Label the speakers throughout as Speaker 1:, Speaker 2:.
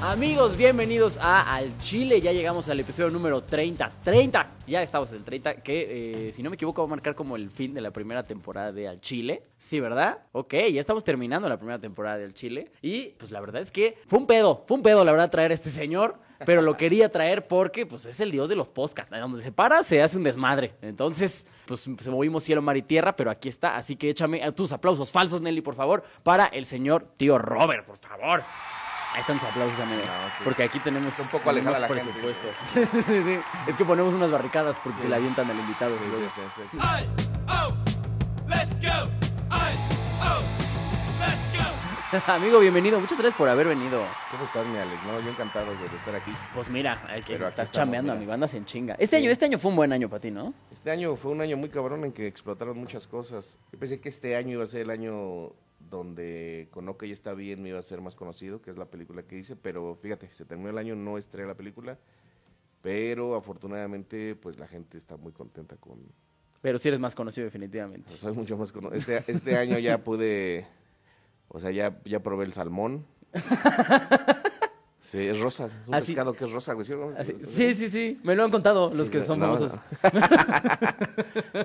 Speaker 1: Amigos, bienvenidos a Al Chile. Ya llegamos al episodio número 30. 30. Ya estamos en el 30, que eh, si no me equivoco va a marcar como el fin de la primera temporada de Al Chile. Sí, ¿verdad? Ok, ya estamos terminando la primera temporada de Al Chile. Y pues la verdad es que fue un pedo, fue un pedo la verdad traer a este señor. Pero lo quería traer porque pues es el dios de los podcasts. Donde se para se hace un desmadre. Entonces, pues se movimos cielo, mar y tierra, pero aquí está. Así que échame eh, tus aplausos falsos, Nelly, por favor, para el señor tío Robert, por favor. Ahí están sus aplausos, amigo. Porque aquí tenemos
Speaker 2: un poco alejada
Speaker 1: tenemos
Speaker 2: la gente,
Speaker 1: presupuesto. Sí, sí. Es que ponemos unas barricadas porque se la avientan al invitado. luego.
Speaker 3: I oh, let's go. I oh, let's go.
Speaker 1: Amigo, bienvenido. Muchas gracias por haber venido.
Speaker 2: ¿Cómo estás, mi Alex? No, yo encantado güey, de estar aquí.
Speaker 1: Pues mira, hay que
Speaker 2: Pero acá
Speaker 1: estás
Speaker 2: estamos,
Speaker 1: chambeando,
Speaker 2: mira.
Speaker 1: amigo. Andas en chinga. Este,
Speaker 2: Sí.
Speaker 1: año, este año fue un buen año para ti, ¿no?
Speaker 2: Este año fue un año muy cabrón en que explotaron muchas cosas. Yo pensé que este año iba a ser el año donde con OK está bien me iba a ser más conocido, que es la película que hice, pero fíjate, se terminó el año, no estreé la película, pero afortunadamente pues la gente está muy contenta con...
Speaker 1: Pero sí eres más conocido, definitivamente.
Speaker 2: Soy mucho más cono- Este, este año ya pude, o sea, ya, ya probé el salmón. Sí, es rosa, es un
Speaker 1: Así-
Speaker 2: pescado que es rosa, güey. ¿sí?
Speaker 1: Así- sí, sí, sí. Me lo han contado los
Speaker 2: pues, Sí,
Speaker 1: que son
Speaker 2: no,
Speaker 1: famosos.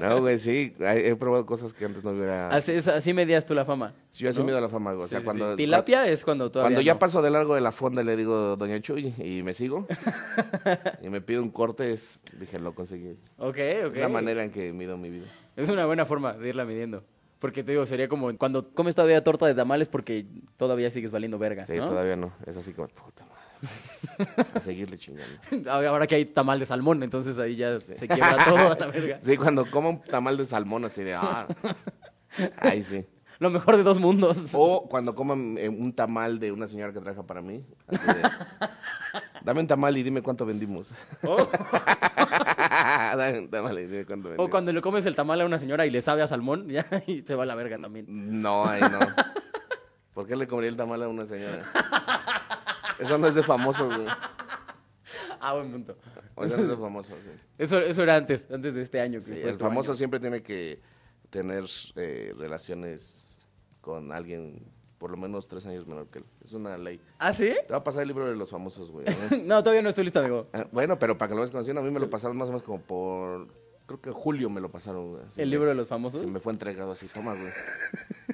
Speaker 2: No, güey, sí. He he probado cosas que antes no hubiera.
Speaker 1: Así, es- así medías tú la fama.
Speaker 2: Sí, yo he
Speaker 1: ¿no?
Speaker 2: asumido la fama, güey. O
Speaker 1: Sí,
Speaker 2: sea,
Speaker 1: sí, sí.
Speaker 2: cuando.
Speaker 1: Tilapia es cuando todavía
Speaker 2: Cuando ya
Speaker 1: no.
Speaker 2: paso de largo de la fonda le digo Doña Chuy y me sigo y me pido un corte, es, dije, lo conseguí.
Speaker 1: Ok, ok.
Speaker 2: Es la manera en que mido mi vida.
Speaker 1: Es una buena forma de irla midiendo. Porque te digo, sería como cuando comes todavía torta de tamales porque todavía sigues valiendo verga.
Speaker 2: Sí,
Speaker 1: ¿no?
Speaker 2: todavía no. Es así como, puta madre. A seguirle chingando.
Speaker 1: Ahora que hay tamal de salmón, entonces ahí ya se quiebra todo a la verga.
Speaker 2: Sí, cuando como un tamal de salmón así de, ah. Ahí sí.
Speaker 1: Lo mejor de dos mundos.
Speaker 2: O cuando coman eh, un tamal de una señora que trabaja para mí. así de, Dame un tamal y dime cuánto vendimos.
Speaker 1: O,
Speaker 2: Dame un tamal y dime cuánto vendimos.
Speaker 1: o cuando le comes el tamal a una señora y le sabe a salmón, ya y se va a la verga también.
Speaker 2: No, ay, no. ¿Por qué le comería el tamal a una señora? Eso no es de famoso, güey.
Speaker 1: Ah, buen punto.
Speaker 2: O sea, no es de famoso, sí.
Speaker 1: Eso, eso era antes, antes de este año. que
Speaker 2: Sí,
Speaker 1: fue
Speaker 2: el
Speaker 1: tu
Speaker 2: famoso
Speaker 1: año.
Speaker 2: siempre tiene que tener eh, relaciones con alguien por lo menos tres años menor que él. Es una ley.
Speaker 1: ¿Ah, sí?
Speaker 2: Te va a pasar el libro de los famosos, güey. ¿eh?
Speaker 1: No, todavía no estoy listo, amigo.
Speaker 2: Ah, Bueno, pero para que lo vayas conociendo, a mí me lo pasaron más o menos como por. Creo que julio me lo pasaron, güey. Así
Speaker 1: ¿El
Speaker 2: me-
Speaker 1: libro de los famosos?
Speaker 2: Se me fue entregado así, toma, güey.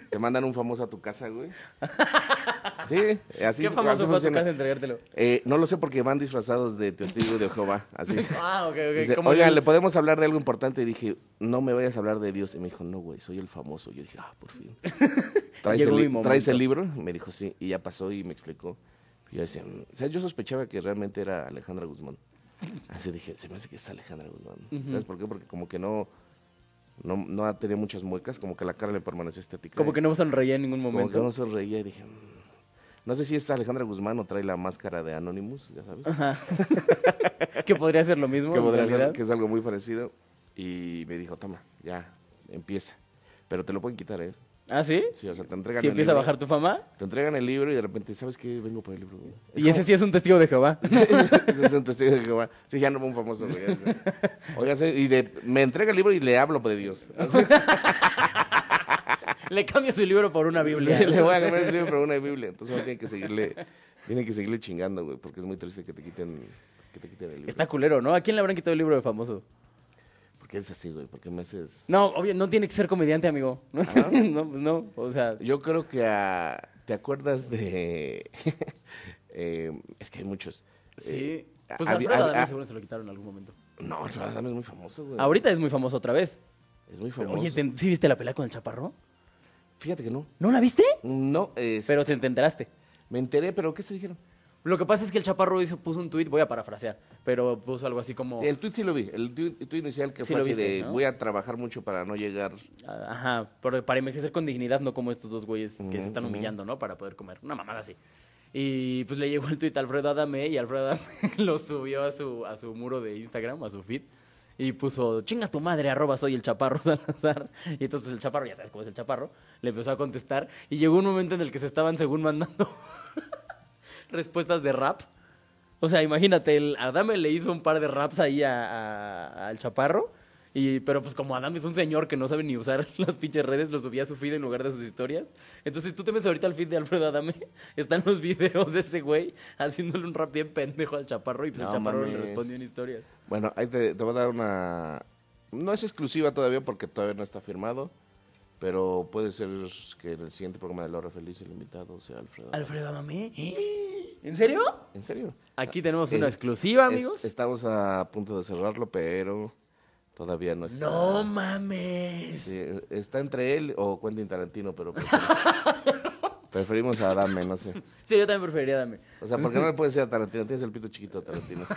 Speaker 2: Te mandan un famoso a tu casa, güey. Sí, así
Speaker 1: ¿Qué
Speaker 2: así
Speaker 1: famoso fue a tu
Speaker 2: funciona.
Speaker 1: casa a entregártelo?
Speaker 2: Eh, no lo sé porque van disfrazados de testigo de Jehová. Así.
Speaker 1: Ah, ok, ok.
Speaker 2: Dice,
Speaker 1: como
Speaker 2: Oiga,
Speaker 1: el-
Speaker 2: ¿le podemos hablar de algo importante? Y dije, no me vayas a hablar de Dios. Y me dijo, no, güey, soy el famoso. Yo dije, ah, por fin. ¿Traes,
Speaker 1: Llegó
Speaker 2: el,
Speaker 1: mi
Speaker 2: li- ¿traes el
Speaker 1: momento.
Speaker 2: libro? Me dijo, sí. Y ya pasó y me explicó. Y yo decía, mm, ¿sabes? Yo sospechaba que realmente era Alejandra Guzmán. Así dije, se me hace que es Alejandra Guzmán. ¿Sabes por qué? Porque como que no, no, no ha tenido muchas muecas, como que la cara le permaneció estética.
Speaker 1: Como que no sonreía en ningún
Speaker 2: Como que
Speaker 1: momento.
Speaker 2: no sonreía y dije, "Mm". no sé si es Alejandra Guzmán o trae la máscara de Anonymous, ya sabes.
Speaker 1: Que podría ser lo mismo.
Speaker 2: que
Speaker 1: en
Speaker 2: podría ser
Speaker 1: realidad.
Speaker 2: que es algo muy parecido. Y me dijo, toma, ya, empieza. Pero te lo pueden quitar, ¿eh?
Speaker 1: ¿Ah, sí?
Speaker 2: Sí, o sea, te entregan
Speaker 1: Si
Speaker 2: el
Speaker 1: empieza a
Speaker 2: libro.
Speaker 1: bajar tu fama.
Speaker 2: Te entregan el libro y de repente, ¿sabes qué? Vengo por el libro. güey".
Speaker 1: Y ese sí es un testigo de Jehová.
Speaker 2: Ese es un testigo de Jehová. Sí, ya no fue un famoso. güey, ya sé. Oiga, sí, y de- me entrega el libro y le hablo pues, de Dios. Así,
Speaker 1: Le cambio su libro por una Biblia.
Speaker 2: le voy a cambiar el libro por una Biblia. Entonces uno tiene que seguirle, tiene que seguirle chingando, güey, porque es muy triste que te quiten, que te quiten el libro.
Speaker 1: Está culero, ¿no? ¿A quién le habrán quitado el libro de famoso?
Speaker 2: Porque eres así, güey, porque me haces...
Speaker 1: No, obvio, no tiene que ser comediante, amigo. No, no, pues no. O sea,
Speaker 2: Ah. Yo creo que a- ¿Te acuerdas de...? eh, es que hay muchos.
Speaker 1: sí.
Speaker 2: Eh,
Speaker 1: Pues
Speaker 2: a-
Speaker 1: Alfredo
Speaker 2: a-
Speaker 1: Adame
Speaker 2: a-
Speaker 1: seguro se lo quitaron en algún momento.
Speaker 2: No, Alfredo Adame es muy famoso, güey.
Speaker 1: Ahorita es muy famoso otra vez.
Speaker 2: Es muy Pues, famoso.
Speaker 1: Oye, ¿te- ¿sí viste la pelea con el chaparro?
Speaker 2: Fíjate que no.
Speaker 1: ¿No la viste?
Speaker 2: No, es-
Speaker 1: Pero te te enteraste.
Speaker 2: me enteré, pero ¿qué se dijeron?
Speaker 1: Lo que pasa es que el chaparro hizo, puso un tuit, voy a parafrasear, pero puso algo así como...
Speaker 2: El tweet sí lo vi. El tuit tuit inicial que
Speaker 1: Sí
Speaker 2: fue
Speaker 1: lo
Speaker 2: así
Speaker 1: viste,
Speaker 2: de
Speaker 1: ¿no?
Speaker 2: voy a trabajar mucho para no llegar.
Speaker 1: Ajá, por- para envejecer con dignidad, no como estos dos güeyes que se
Speaker 2: Ujú,
Speaker 1: están
Speaker 2: ujú.
Speaker 1: humillando, ¿no? Para poder comer. Una mamada así. Y pues le llegó el tuit a Alfredo Adame y Alfredo Adame lo subió a su, a su muro de Instagram, a su feed. Y puso, chinga tu madre, arroba soy el chaparro Salazar. Y entonces pues, el chaparro, ya sabes cómo es el chaparro, le empezó a contestar. Y llegó un momento en el que se estaban según mandando respuestas de rap. O sea, imagínate, el Adame le hizo un par de raps ahí a- a- al chaparro. Y, pero pues como Adam es un señor que no sabe ni usar las pinches redes, lo subía a su feed en lugar de sus historias. Entonces tú te ves ahorita al feed de Alfredo Adame, están los videos de ese güey haciéndole un rap bien pendejo al chaparro y pues el
Speaker 2: No
Speaker 1: chaparro le
Speaker 2: mames.
Speaker 1: respondió en historias.
Speaker 2: Bueno, ahí te, te voy a dar una... No es exclusiva todavía porque todavía no está firmado, pero puede ser que en el siguiente programa de La Hora Feliz el invitado sea Alfredo.
Speaker 1: ¿Alfredo Adame? ¿En serio?
Speaker 2: ¿En serio?
Speaker 1: Aquí tenemos
Speaker 2: Eh,
Speaker 1: una exclusiva,
Speaker 2: es-
Speaker 1: amigos.
Speaker 2: estamos a punto de cerrarlo, pero todavía no está.
Speaker 1: No mames.
Speaker 2: Sí, está entre él o Quentin Tarantino, pero preferimos, preferimos a Adame, no sé.
Speaker 1: Sí, yo también preferiría Adame.
Speaker 2: O sea, ¿por qué no le puedes decir a Tarantino? Tienes el pito chiquito a Tarantino.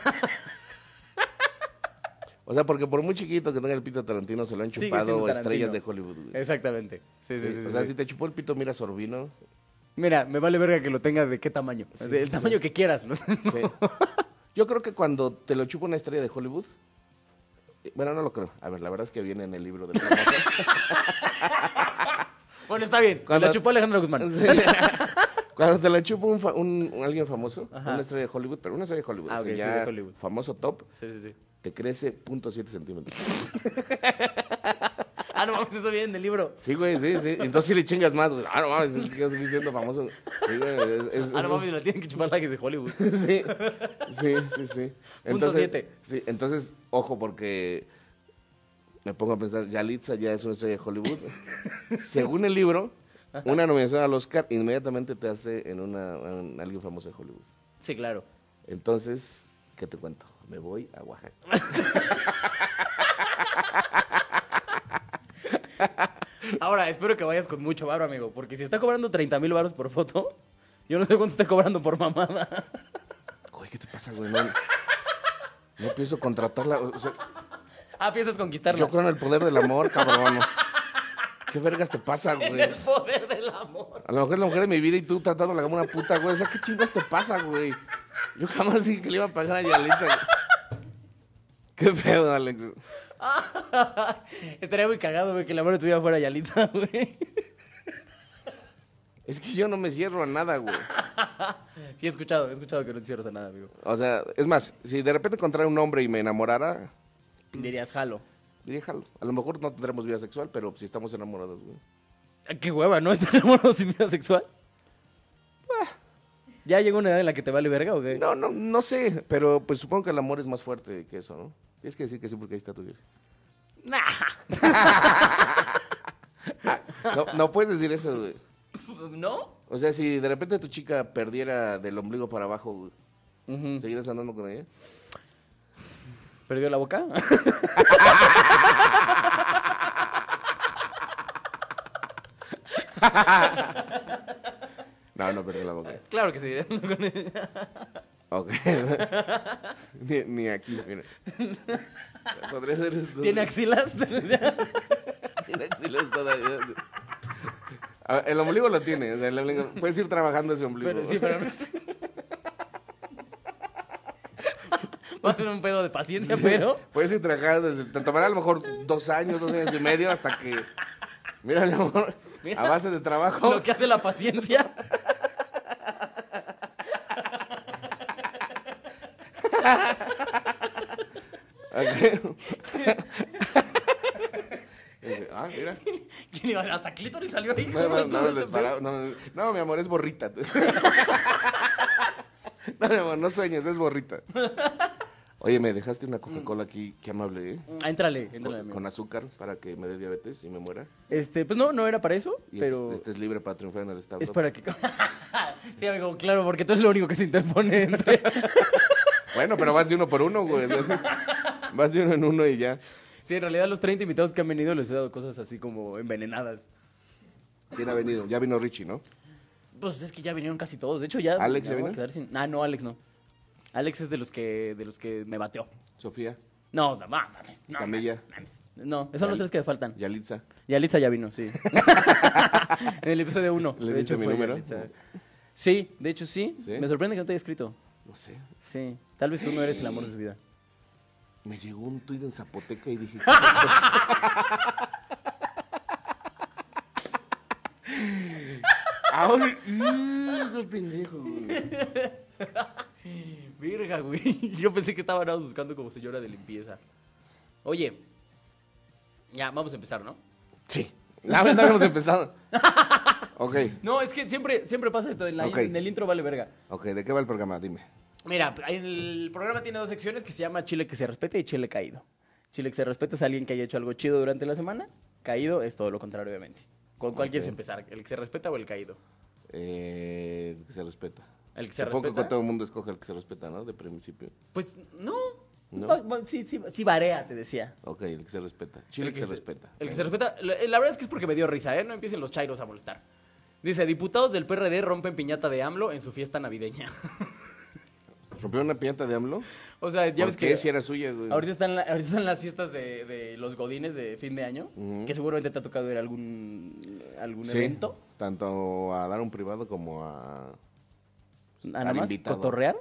Speaker 2: O sea, porque por muy chiquito que tenga el pito a Tarantino, se lo han
Speaker 1: Sigue
Speaker 2: chupado
Speaker 1: siendo
Speaker 2: estrellas de
Speaker 1: Tarantino.
Speaker 2: Hollywood. güey.
Speaker 1: Exactamente. Sí, sí,
Speaker 2: Sí,
Speaker 1: sí.
Speaker 2: o
Speaker 1: sí,
Speaker 2: sea,
Speaker 1: sí.
Speaker 2: si te chupó el pito, mira Sorbino.
Speaker 1: Mira, me vale verga que lo tenga de qué tamaño. Del tamaño que quieras. ¿no?
Speaker 2: Sí. Yo creo que cuando te lo chupa una estrella de Hollywood. eh, Bueno, no lo creo. A ver, la verdad es que viene en el libro del famoso.
Speaker 1: Bueno, está bien.
Speaker 2: Cuando-
Speaker 1: La chupó Alejandro Guzmán.
Speaker 2: Sí. Cuando te lo chupa un, fa- un- un alguien famoso,
Speaker 1: Ajá.
Speaker 2: una estrella de Hollywood, pero una estrella de Hollywood.
Speaker 1: Ah,
Speaker 2: o sea,
Speaker 1: ok, sí,
Speaker 2: ya
Speaker 1: de Hollywood.
Speaker 2: Famoso top,
Speaker 1: Sí, sí, sí.
Speaker 2: te crece 0.7 centímetros.
Speaker 1: Ah, no mames, eso viene en el libro.
Speaker 2: Sí, güey, sí, sí. Entonces sí le chingas más, güey. Ah, no mames, es que yo seguí siendo famoso. Sí, güey, es- es-
Speaker 1: Ah,
Speaker 2: es-
Speaker 1: no mames, la tienen que chupar la que es de Hollywood.
Speaker 2: Sí, sí, sí, sí.
Speaker 1: Punto
Speaker 2: Entonces,
Speaker 1: siete.
Speaker 2: Sí, entonces, ojo, porque me pongo a pensar, Yalitza ya es una estrella de Hollywood. Según el libro, una nominación al Oscar inmediatamente te hace en, una, en alguien famoso de Hollywood.
Speaker 1: Sí, claro.
Speaker 2: Entonces, ¿qué te cuento? Me voy a Oaxaca.
Speaker 1: Ahora, espero que vayas con mucho varo, amigo. Porque si está cobrando 30 mil varos por foto, yo no sé cuánto está cobrando por mamada.
Speaker 2: Güey, ¿qué te pasa, güey? No, no pienso contratarla. o sea,
Speaker 1: Ah, piensas conquistarla.
Speaker 2: yo creo en el poder del amor, cabrón. ¿Qué vergas te pasa,
Speaker 1: En
Speaker 2: güey?
Speaker 1: el poder del amor.
Speaker 2: A lo mejor es la mujer de mi vida y tú tratándola como una puta, güey. O sea, ¿qué chingas te pasa, güey? Yo jamás dije que le iba a pagar a Yalitza. güey. ¿Qué pedo, Alex?
Speaker 1: Estaría muy cagado, güey, que la madre tuviera fuera Yalitza, güey.
Speaker 2: Es que yo no me cierro a nada, güey.
Speaker 1: Sí, he escuchado, he escuchado que no te cierras a nada, amigo.
Speaker 2: O sea, es más, si de repente encontrara un hombre y me enamorara,
Speaker 1: Mm. Dirías, jalo.
Speaker 2: diría, "Jalo". A lo mejor no tendremos vida sexual, pero si estamos enamorados, güey.
Speaker 1: Ah, Qué hueva, ¿no? Estar enamorado sin vida sexual. Ah. ¿Ya llegó una edad en la que te vale verga o qué?
Speaker 2: No, no, no sé, pero pues supongo que el amor es más fuerte que eso, ¿no? Tienes que decir que sí porque ahí está tu vieja.
Speaker 1: Nah.
Speaker 2: No, no puedes decir eso, güey.
Speaker 1: ¿No?
Speaker 2: O sea, si de repente tu chica perdiera del ombligo para abajo, güey, ¿seguirías andando con ella?
Speaker 1: ¿Perdió la boca?
Speaker 2: No, no perdí la boca.
Speaker 1: claro que sí. con ella.
Speaker 2: Ok. ni, ni aquí, mira. Podría ser esto.
Speaker 1: ¿Tiene axilas?
Speaker 2: Tiene axilas todavía. A ver, Ah, el ombligo lo tiene. o sea, el ombligo- Puedes ir trabajando ese ombligo.
Speaker 1: pero, sí, pero no sé. Va a ser un pedo de paciencia, pero...
Speaker 2: Puedes ir trabajando. desde- Te tomará a lo mejor dos años, dos años y medio hasta que. Mira, mi amor.
Speaker 1: Mira.
Speaker 2: A base de trabajo.
Speaker 1: Lo que hace la paciencia.
Speaker 2: Ok. Dice, ah, mira.
Speaker 1: ¿Quién iba a- Hasta clítoris salió ahí.
Speaker 2: No, no,
Speaker 1: cabrón,
Speaker 2: no,
Speaker 1: todo
Speaker 2: les
Speaker 1: este pedo.
Speaker 2: paraba- no, no, mi amor, es borrita. No, mi amor, no sueñes, es borrita. Oye, me dejaste una Coca-Cola aquí, qué amable, ¿eh?
Speaker 1: Ah, éntrale,
Speaker 2: Con,
Speaker 1: éntrale, amigo.
Speaker 2: con azúcar para que me dé diabetes y me muera.
Speaker 1: Este, pues no, no era para eso,
Speaker 2: Y
Speaker 1: pero...
Speaker 2: este, este es libre para triunfar en el estado.
Speaker 1: Es para que... sí, amigo, claro, porque tú es lo único que se interpone entre...
Speaker 2: Bueno, pero vas de uno por uno, güey. Vas de uno en uno y ya.
Speaker 1: Sí, en realidad los 30 invitados que han venido les he dado cosas así como envenenadas.
Speaker 2: ¿Quién ha venido? Ya vino Richie, ¿no?
Speaker 1: Pues es que ya vinieron casi todos. De hecho, ya.
Speaker 2: ¿Alex
Speaker 1: me
Speaker 2: ya
Speaker 1: voy a
Speaker 2: vino?
Speaker 1: quedar sin- Ah, no, Alex no. Alex es de los que, de los que me bateó.
Speaker 2: Sofía,
Speaker 1: No, no mames. No,
Speaker 2: Camilla.
Speaker 1: mames. No, esos son los
Speaker 2: Yali-
Speaker 1: tres que faltan.
Speaker 2: Yalitza.
Speaker 1: Yalitza ya vino, sí. en el episodio 1.
Speaker 2: ¿Le
Speaker 1: de hecho,
Speaker 2: diste mi
Speaker 1: fue
Speaker 2: número?
Speaker 1: Yalitza. Sí, de hecho sí.
Speaker 2: ¿Sí?
Speaker 1: Me sorprende que no te haya escrito.
Speaker 2: No sé.
Speaker 1: Sí. Tal vez tú no eres el amor de su vida.
Speaker 2: Me llegó un tuit en Zapoteca y dije... Ahora... ¡Qué pendejo! güey.
Speaker 1: Virga, güey. Yo pensé que estaban nada más buscando como señora de limpieza. Oye, Ya, vamos a empezar, ¿no?
Speaker 2: Sí. La verdad hemos empezado. Ok,
Speaker 1: No, es que siempre, siempre pasa esto. En, la in-
Speaker 2: Ok.
Speaker 1: en el intro vale verga.
Speaker 2: ok, ¿de qué va el programa? Dime.
Speaker 1: Mira, el programa tiene dos secciones que se llama Chile que se respete y Chile caído. Chile que se respete es alguien que haya hecho algo chido durante la semana. Caído es todo lo contrario, obviamente. ¿Con cuál quieres
Speaker 2: Ok.
Speaker 1: empezar? ¿El que se respeta o el caído?
Speaker 2: Eh, el que se respeta.
Speaker 1: ¿El que se
Speaker 2: Supongo
Speaker 1: respeta?
Speaker 2: que todo el mundo escoge el que se respeta, ¿no? De principio.
Speaker 1: Pues no.
Speaker 2: ¿No?
Speaker 1: Va- va- sí, sí, sí varía, te decía.
Speaker 2: Ok, el que se respeta. Chile
Speaker 1: El
Speaker 2: que se, respeta.
Speaker 1: El que se respeta. La, eh, la verdad es que es porque me dio risa, ¿eh? No empiecen los chairos a molestar. Dice, diputados del PRD rompen piñata de AMLO en su fiesta navideña.
Speaker 2: ¿Rompió una piñata de AMLO?
Speaker 1: o sea, ya
Speaker 2: ¿Por
Speaker 1: ves
Speaker 2: qué?
Speaker 1: que...
Speaker 2: Si era suya, güey.
Speaker 1: Ahorita están, la- ahorita están las fiestas de, de los godines de fin de año,
Speaker 2: Ujú.
Speaker 1: que seguramente te ha tocado ir a algún, algún
Speaker 2: Sí,
Speaker 1: evento.
Speaker 2: Tanto a dar un privado como a.
Speaker 1: Nada
Speaker 2: al
Speaker 1: más,
Speaker 2: invitado.
Speaker 1: cotorrear.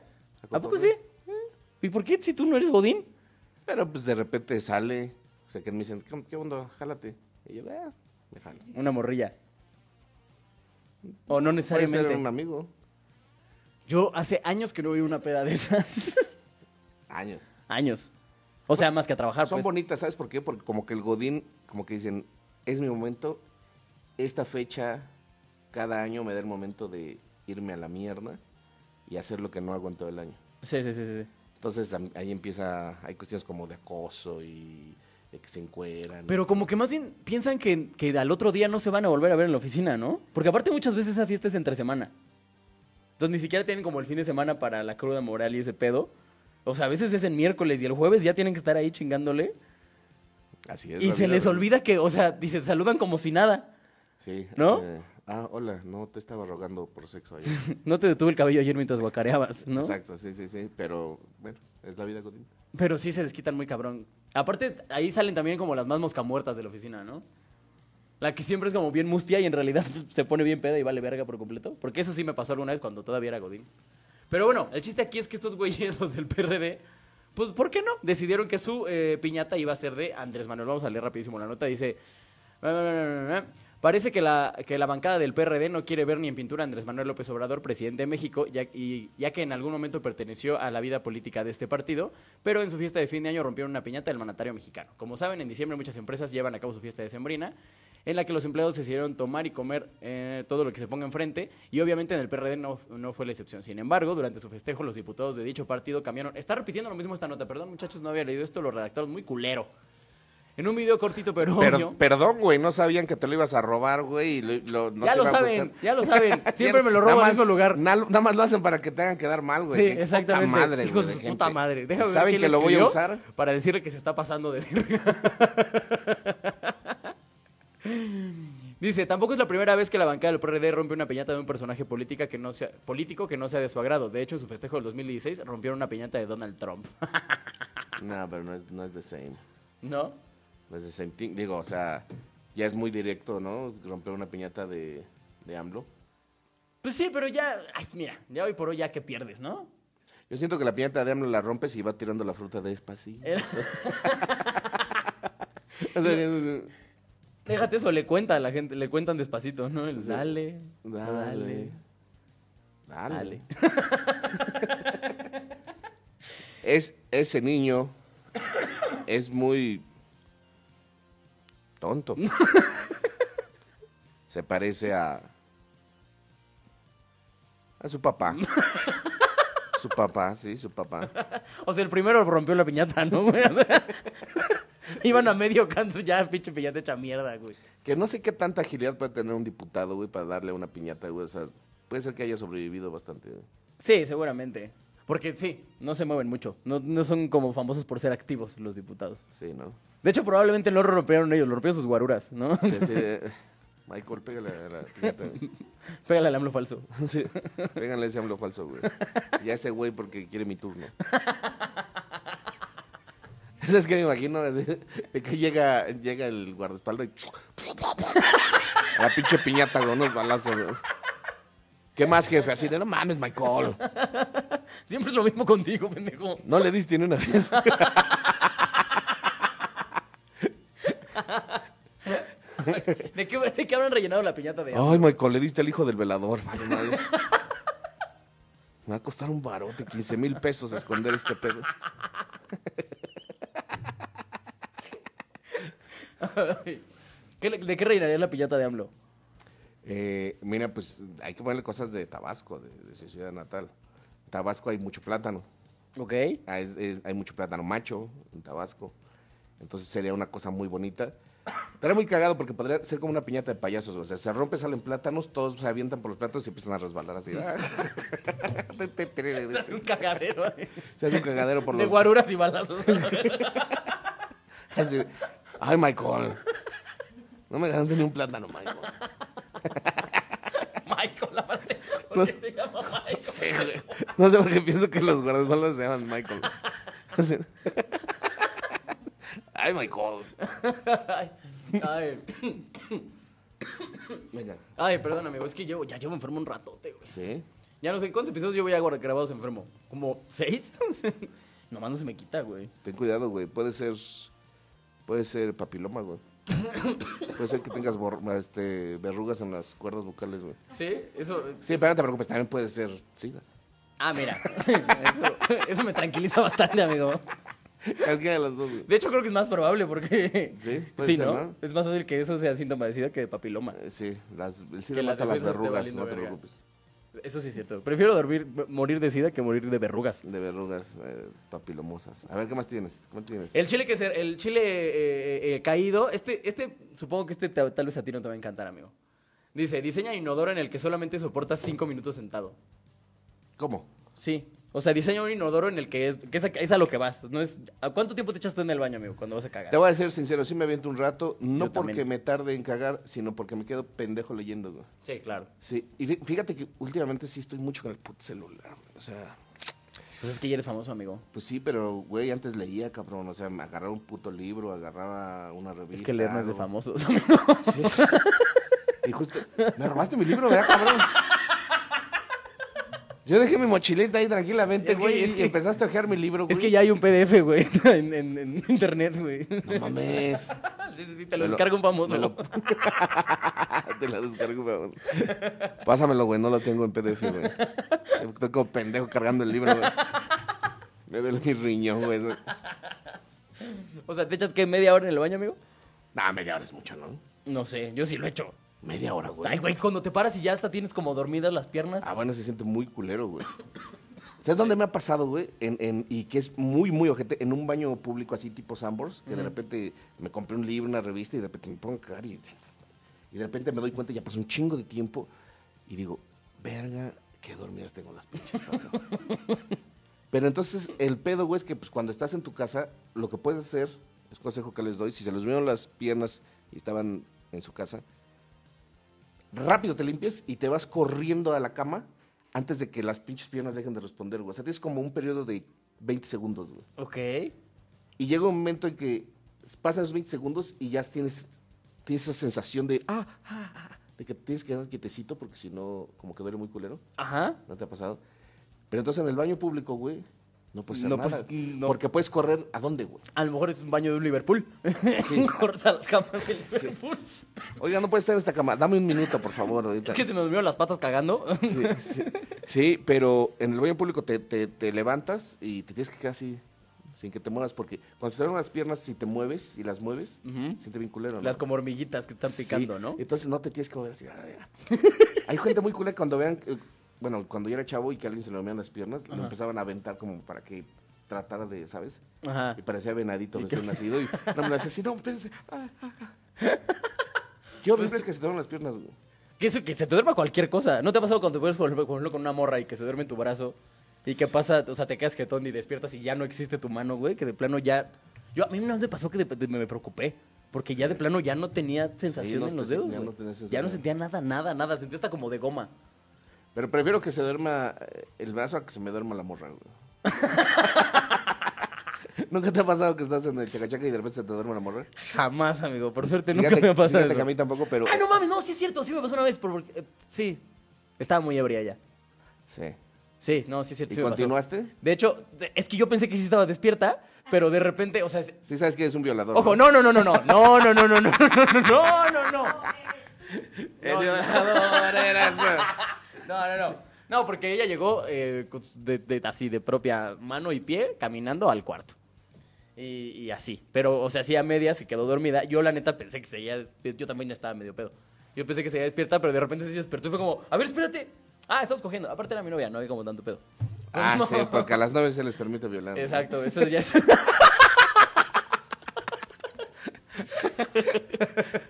Speaker 2: A
Speaker 1: ¿A poco sí?
Speaker 2: cotorrear.
Speaker 1: ¿Y por qué si tú no eres godín?
Speaker 2: Pero pues de repente sale. O sea, que me dicen, ¿qué, qué onda? Jálate. Y yo, ah, me jalo.
Speaker 1: Una morrilla. O no
Speaker 2: Puede
Speaker 1: necesariamente.
Speaker 2: ser un amigo.
Speaker 1: Yo hace años que no vi una peda de esas.
Speaker 2: Años.
Speaker 1: años. O sea, más que a trabajar,
Speaker 2: Son
Speaker 1: pues.
Speaker 2: bonitas, ¿sabes por qué? Porque como que el Godín, como que dicen, es mi momento, esta fecha, cada año me da el momento de irme a la mierda y hacer lo que no hago en todo el año.
Speaker 1: Sí, sí, sí, sí. sí.
Speaker 2: Entonces am- ahí empieza, hay cuestiones como de acoso y de que se encueran.
Speaker 1: Pero como que más bien piensan que, que al otro día no se van a volver a ver en la oficina, ¿no? Porque aparte muchas veces esa fiesta es entre semana. Entonces ni siquiera tienen como el fin de semana para la cruda moral y ese pedo. O sea, a veces es en miércoles y el jueves ya tienen que estar ahí chingándole.
Speaker 2: Así es.
Speaker 1: y
Speaker 2: la
Speaker 1: se
Speaker 2: vida
Speaker 1: les
Speaker 2: real.
Speaker 1: olvida que, o sea, dice, saludan como si nada.
Speaker 2: Sí.
Speaker 1: ¿no?
Speaker 2: así de, ah, hola, no, te estaba rogando por sexo ayer.
Speaker 1: No te detuve el cabello ayer mientras guacareabas, ¿no?
Speaker 2: Exacto, sí, sí, sí, pero bueno, es la vida Godín.
Speaker 1: Pero sí se desquitan muy cabrón. Aparte, ahí salen también como las más moscamuertas de la oficina, ¿no? La que siempre es como bien mustia y en realidad se pone bien peda y vale verga por completo. Porque eso sí me pasó alguna vez cuando todavía era Godín. Pero bueno, el chiste aquí es que estos güeyes, los del PRD, pues ¿por qué no? Decidieron que su eh, piñata iba a ser de Andrés Manuel. Vamos a leer rapidísimo la nota. Dice... Parece que la, que la bancada del PRD no quiere ver ni en pintura a Andrés Manuel López Obrador, presidente de México, ya, y, ya que en algún momento perteneció a la vida política de este partido, pero en su fiesta de fin de año rompieron una piñata del mandatario mexicano. Como saben, en diciembre muchas empresas llevan a cabo su fiesta decembrina, en la que los empleados se hicieron tomar y comer eh, todo lo que se ponga enfrente, y obviamente en el PRD no, no fue la excepción. Sin embargo, durante su festejo, los diputados de dicho partido cambiaron. Está repitiendo lo mismo esta nota, perdón, muchachos, no había leído esto, lo redactaron muy culero. En un video cortito, pero.
Speaker 2: Per-
Speaker 1: obvio.
Speaker 2: perdón, güey, no sabían que te lo ibas a robar, güey. y lo- lo- no
Speaker 1: ya
Speaker 2: te
Speaker 1: lo
Speaker 2: iba a
Speaker 1: saben,
Speaker 2: gustar.
Speaker 1: ya lo saben. Siempre me lo roban
Speaker 2: Nada
Speaker 1: en el
Speaker 2: más-
Speaker 1: mismo lugar.
Speaker 2: na- Nada más lo hacen para que te hagan quedar mal, güey.
Speaker 1: sí,
Speaker 2: Qué puta
Speaker 1: exactamente.
Speaker 2: madre,
Speaker 1: Hijos
Speaker 2: güey,
Speaker 1: de
Speaker 2: de
Speaker 1: su
Speaker 2: gente.
Speaker 1: puta madre. Déjame ver
Speaker 2: ¿Saben
Speaker 1: quién
Speaker 2: que lo voy a
Speaker 1: escribió
Speaker 2: usar?
Speaker 1: Para decirle que se está pasando de verga. Dice, tampoco es la primera vez que la bancada del PRD rompe una piñata de un personaje política que no sea, político que no sea de su agrado. De hecho, en su festejo del 2016 rompieron una piñata de Donald Trump.
Speaker 2: No, pero no es, no es the same.
Speaker 1: ¿No?
Speaker 2: No es the same thing. Digo, o sea, ya es muy directo, ¿no? Romper una piñata de, de AMLO.
Speaker 1: Pues sí, pero ya, ay, mira, ya hoy por hoy ya que pierdes, ¿no?
Speaker 2: Yo siento que la piñata de AMLO la rompes y va tirando la fruta despacito.
Speaker 1: Era-
Speaker 2: O sea, es-
Speaker 1: Déjate eso, le cuenta a la gente, le cuentan despacito, ¿no? El
Speaker 2: Sí.
Speaker 1: dale,
Speaker 2: Dale.
Speaker 1: dale.
Speaker 2: Dale.
Speaker 1: Dale.
Speaker 2: es, ese niño es muy tonto. Se parece a. a su papá. su papá, sí, su papá.
Speaker 1: O sea, el primero rompió la piñata, ¿no? güey? O sea, iban a medio canto ya, pinche piñata hecha mierda, güey.
Speaker 2: Que no sé qué tanta agilidad puede tener un diputado, güey, para darle una piñata, güey. O sea, puede ser que haya sobrevivido bastante. güey.
Speaker 1: Sí, seguramente. Porque sí, no se mueven mucho. No, no son como famosos por ser activos los diputados.
Speaker 2: Sí, ¿no?
Speaker 1: De hecho, probablemente no lo rompieron ellos, lo rompieron sus guaruras, ¿no?
Speaker 2: Sí, sí, eh, Michael, pégale a la piñata. güey.
Speaker 1: Pégale al AMLO falso.
Speaker 2: Sí, Pégale ese AMLO falso, güey. Ya ese güey porque quiere mi turno. Es que me imagino así, de que llega, llega el guardaespaldas y... A la pinche piñata con unos balazos. güey. ¿Qué más, jefe? Así de, no mames, Michael.
Speaker 1: Siempre es lo mismo contigo, pendejo.
Speaker 2: No le diste ni una vez.
Speaker 1: ¿De qué, de qué habrán rellenado la piñata de AMLO?
Speaker 2: Ay, Michael, le diste al hijo del velador. vale, madre. Me va a costar un barote, 15 mil pesos esconder este pedo.
Speaker 1: ¿Qué le- ¿De qué reinaría la piñata de AMLO?
Speaker 2: Eh, mira, pues hay que ponerle cosas de Tabasco, de, de su ciudad natal. En Tabasco hay mucho plátano.
Speaker 1: ¿Ok?
Speaker 2: Ah, es- es- hay mucho plátano macho en Tabasco. Entonces sería una cosa muy bonita. Estaría muy cagado porque podría ser como una piñata de payasos. O sea, se rompe, salen plátanos, todos se avientan por los plátanos y empiezan a resbalar así.
Speaker 1: O sea, es un cagadero ¿eh?
Speaker 2: se hace un cagadero por
Speaker 1: de
Speaker 2: los...
Speaker 1: guaruras y balazos.
Speaker 2: Así, Ay, Michael. No me ganaste ni un plátano, Michael.
Speaker 1: Michael, aparte. ¿Por qué se llama Michael?
Speaker 2: Pues, Sí, güey. No sé por qué pienso que los guardaespaldas se llaman Michael. Así. Ay, Michael.
Speaker 1: Ay, ay,
Speaker 2: Venga.
Speaker 1: ay, perdón, amigo. Es que yo ya yo me enfermo un ratote, güey.
Speaker 2: Sí.
Speaker 1: Ya no sé cuántos episodios yo voy a guardar grabados enfermo. ¿Como seis? Nomás no se me quita, güey.
Speaker 2: Ten cuidado, güey. Puede ser. Puede ser papiloma, güey. Puede ser que tengas bor- este, verrugas en las cuerdas vocales, güey.
Speaker 1: ¿Sí? Eso. eh,
Speaker 2: Sí, pero no te preocupes, también puede ser sida.
Speaker 1: Ah, mira. Eso, eso me tranquiliza bastante, amigo.
Speaker 2: Cualquiera de las dos, güey.
Speaker 1: De hecho, creo que es más probable porque.
Speaker 2: Sí, puede ser, ¿no?
Speaker 1: Es más fácil que eso sea síntoma de sida que de papiloma.
Speaker 2: Eh, Sí, las, el
Speaker 1: Que
Speaker 2: sida
Speaker 1: las
Speaker 2: mata las
Speaker 1: defensas te
Speaker 2: verrugas,
Speaker 1: valiendo
Speaker 2: no te
Speaker 1: verga.
Speaker 2: preocupes.
Speaker 1: Eso sí es cierto. Prefiero dormir, morir de sida que morir de verrugas.
Speaker 2: De verrugas eh, papilomosas. A ver, ¿qué más tienes? ¿Qué más tienes?
Speaker 1: El chile que se- el chile eh, eh, eh, caído, este, este, supongo que este ta- tal vez a ti no te va a encantar, amigo. Dice, diseña inodoro en el que solamente soportas 5 minutos sentado.
Speaker 2: ¿Cómo?
Speaker 1: Sí. O sea, diseña un inodoro en el que es, que es, a, es a lo que vas. No es, ¿A cuánto tiempo te echas tú en el baño, amigo, cuando vas a cagar?
Speaker 2: Te voy a ser sincero, sí me aviento un rato, no
Speaker 1: Yo
Speaker 2: porque
Speaker 1: también.
Speaker 2: me tarde en cagar, sino porque me quedo pendejo leyendo, güey.
Speaker 1: Sí, claro.
Speaker 2: Sí, y fí- fíjate que últimamente sí estoy mucho con el puto celular, güey. O sea,
Speaker 1: Pues es que ya eres famoso, amigo.
Speaker 2: Pues sí, pero, güey, antes leía, cabrón. O sea, me agarraba un puto libro, agarraba una revista.
Speaker 1: Es que leer no es de
Speaker 2: algo.
Speaker 1: famosos, amigo.
Speaker 2: Sí. Y justo, me robaste mi libro, ¿verdad, cabrón? Yo dejé mi mochileta ahí tranquilamente,
Speaker 1: Es que-
Speaker 2: güey,
Speaker 1: es
Speaker 2: y
Speaker 1: que-
Speaker 2: empezaste a ojear mi libro, güey.
Speaker 1: Es que ya hay un PDF, güey, en, en- en internet, güey.
Speaker 2: No mames.
Speaker 1: Sí, sí, sí, te lo
Speaker 2: Me lo-
Speaker 1: descarga un famoso.
Speaker 2: me lo- Te la descargo, cabrón. Pásamelo, güey, no lo tengo en PDF, güey. Estoy como pendejo cargando el libro, güey. Me duele mi riñón, güey.
Speaker 1: O sea, ¿te echas qué, media hora en el baño, amigo?
Speaker 2: Nah, media hora es mucho, ¿no?
Speaker 1: No sé, yo sí lo he hecho.
Speaker 2: Media hora, güey.
Speaker 1: Ay, güey, cuando te paras y ya hasta tienes como dormidas las piernas.
Speaker 2: Ah, bueno, se siente muy culero, güey. ¿Sabes dónde me ha pasado, güey? En, en- y que es muy, muy ojete, en un baño público así tipo Sambors, que de repente me compré un libro, una revista y de repente me pongo a cagar y, y de repente me doy cuenta, ya pasó un chingo de tiempo y digo, verga, qué dormidas tengo las pinches patas. Pero entonces el pedo, güey, es que pues, cuando estás en tu casa, lo que puedes hacer, es consejo que les doy, si se les vieron las piernas y estaban en su casa, rápido te limpias y te vas corriendo a la cama antes de que las pinches piernas dejen de responder, güey. O sea, tienes como un periodo de 20 segundos, güey.
Speaker 1: Ok.
Speaker 2: Y llega un momento en que pasan los 20 segundos y ya tienes, tienes esa sensación de, ah, ah, ah, de que tienes que quedar quietecito porque si no, como que duele muy culero.
Speaker 1: Ajá.
Speaker 2: ¿No te ha pasado? Pero entonces en el baño público, güey, no puedes hacer
Speaker 1: No,
Speaker 2: nada.
Speaker 1: pues, no.
Speaker 2: Porque puedes correr a dónde, güey.
Speaker 1: A lo mejor es un baño de un Liverpool. Sí. Corta las camas del Liverpool.
Speaker 2: Oiga, no puedes estar en esta cama. Dame un minuto, por favor, ahorita.
Speaker 1: Es que se me durmieron las patas cagando.
Speaker 2: Sí, sí, sí, pero en el baño público te, te- te levantas y te tienes que quedar así, sin que te muevas, porque cuando se te dan las piernas, si te mueves y las mueves, siente bien culero, ¿no?
Speaker 1: Las como hormiguitas que están
Speaker 2: Sí,
Speaker 1: picando, ¿no?
Speaker 2: Entonces no te tienes que mover así. Hay gente muy culera cuando vean, eh, bueno, cuando yo era chavo y que a alguien se le dormían las piernas, lo empezaban a aventar como para que tratara de, ¿sabes?
Speaker 1: Ajá.
Speaker 2: Y parecía venadito recién nacido y no me lo hacía así, no, espérense. ah, ah, ah". Qué horrible es que se te van las piernas, güey.
Speaker 1: Que, eso, que se te duerma cualquier cosa. ¿No te ha pasado cuando te puedes por ejemplo, con una morra y que se duerme en tu brazo? Y que pasa, o sea, te quedas jetón y despiertas y ya no existe tu mano, güey. Que de plano ya. Yo, a mí no me pasó que de- de- me preocupé. Porque ya de plano ya no tenía sensación
Speaker 2: no
Speaker 1: en los
Speaker 2: te-
Speaker 1: dedos.
Speaker 2: ya
Speaker 1: güey.
Speaker 2: no tenés
Speaker 1: ya no
Speaker 2: sensación.
Speaker 1: sentía nada, nada, nada. Sentía hasta como de goma.
Speaker 2: Pero prefiero que se duerma eh, el brazo a que se me duerma la morra, güey. ¿Nunca te ha pasado que estás en el chacachaca y de repente se te duerme la morra?
Speaker 1: Jamás, amigo. Por suerte nunca
Speaker 2: Fíjate-
Speaker 1: me ha pasado
Speaker 2: fíjate
Speaker 1: eso.
Speaker 2: que a mí tampoco, pero...
Speaker 1: Ah, no mames, no, sí es cierto, sí me pasó una vez, por, porque, eh, sí, estaba muy ebria ya.
Speaker 2: Sí.
Speaker 1: Sí, no, sí es cierto,
Speaker 2: ¿Y
Speaker 1: sí me pasó.
Speaker 2: continuaste?
Speaker 1: De hecho, de- es que yo pensé que sí estaba despierta, pero de repente, o sea, es-
Speaker 2: Sí sabes que eres un violador.
Speaker 1: ojo, no, no, no, no, no, no, no, no, no, no, no, no, no, no, no,
Speaker 2: El
Speaker 1: no.
Speaker 2: violador eras tú.
Speaker 1: no, no, no. No, porque ella llegó eh, con su- de- de- así de propia mano y pie caminando al cuarto. Y, y así. Pero, o sea, sí a medias se quedó dormida. Yo, la neta, pensé que seguía. desp- Yo también estaba medio pedo. Yo pensé que seguía despierta, pero de repente sí se despertó y fue como: A ver, espérate. Ah, estamos cogiendo. Aparte era mi novia, no había como tanto pedo.
Speaker 2: Ah,
Speaker 1: No.
Speaker 2: sí, porque a las nueve se les permite violar. ¿no?
Speaker 1: Exacto, eso ya es.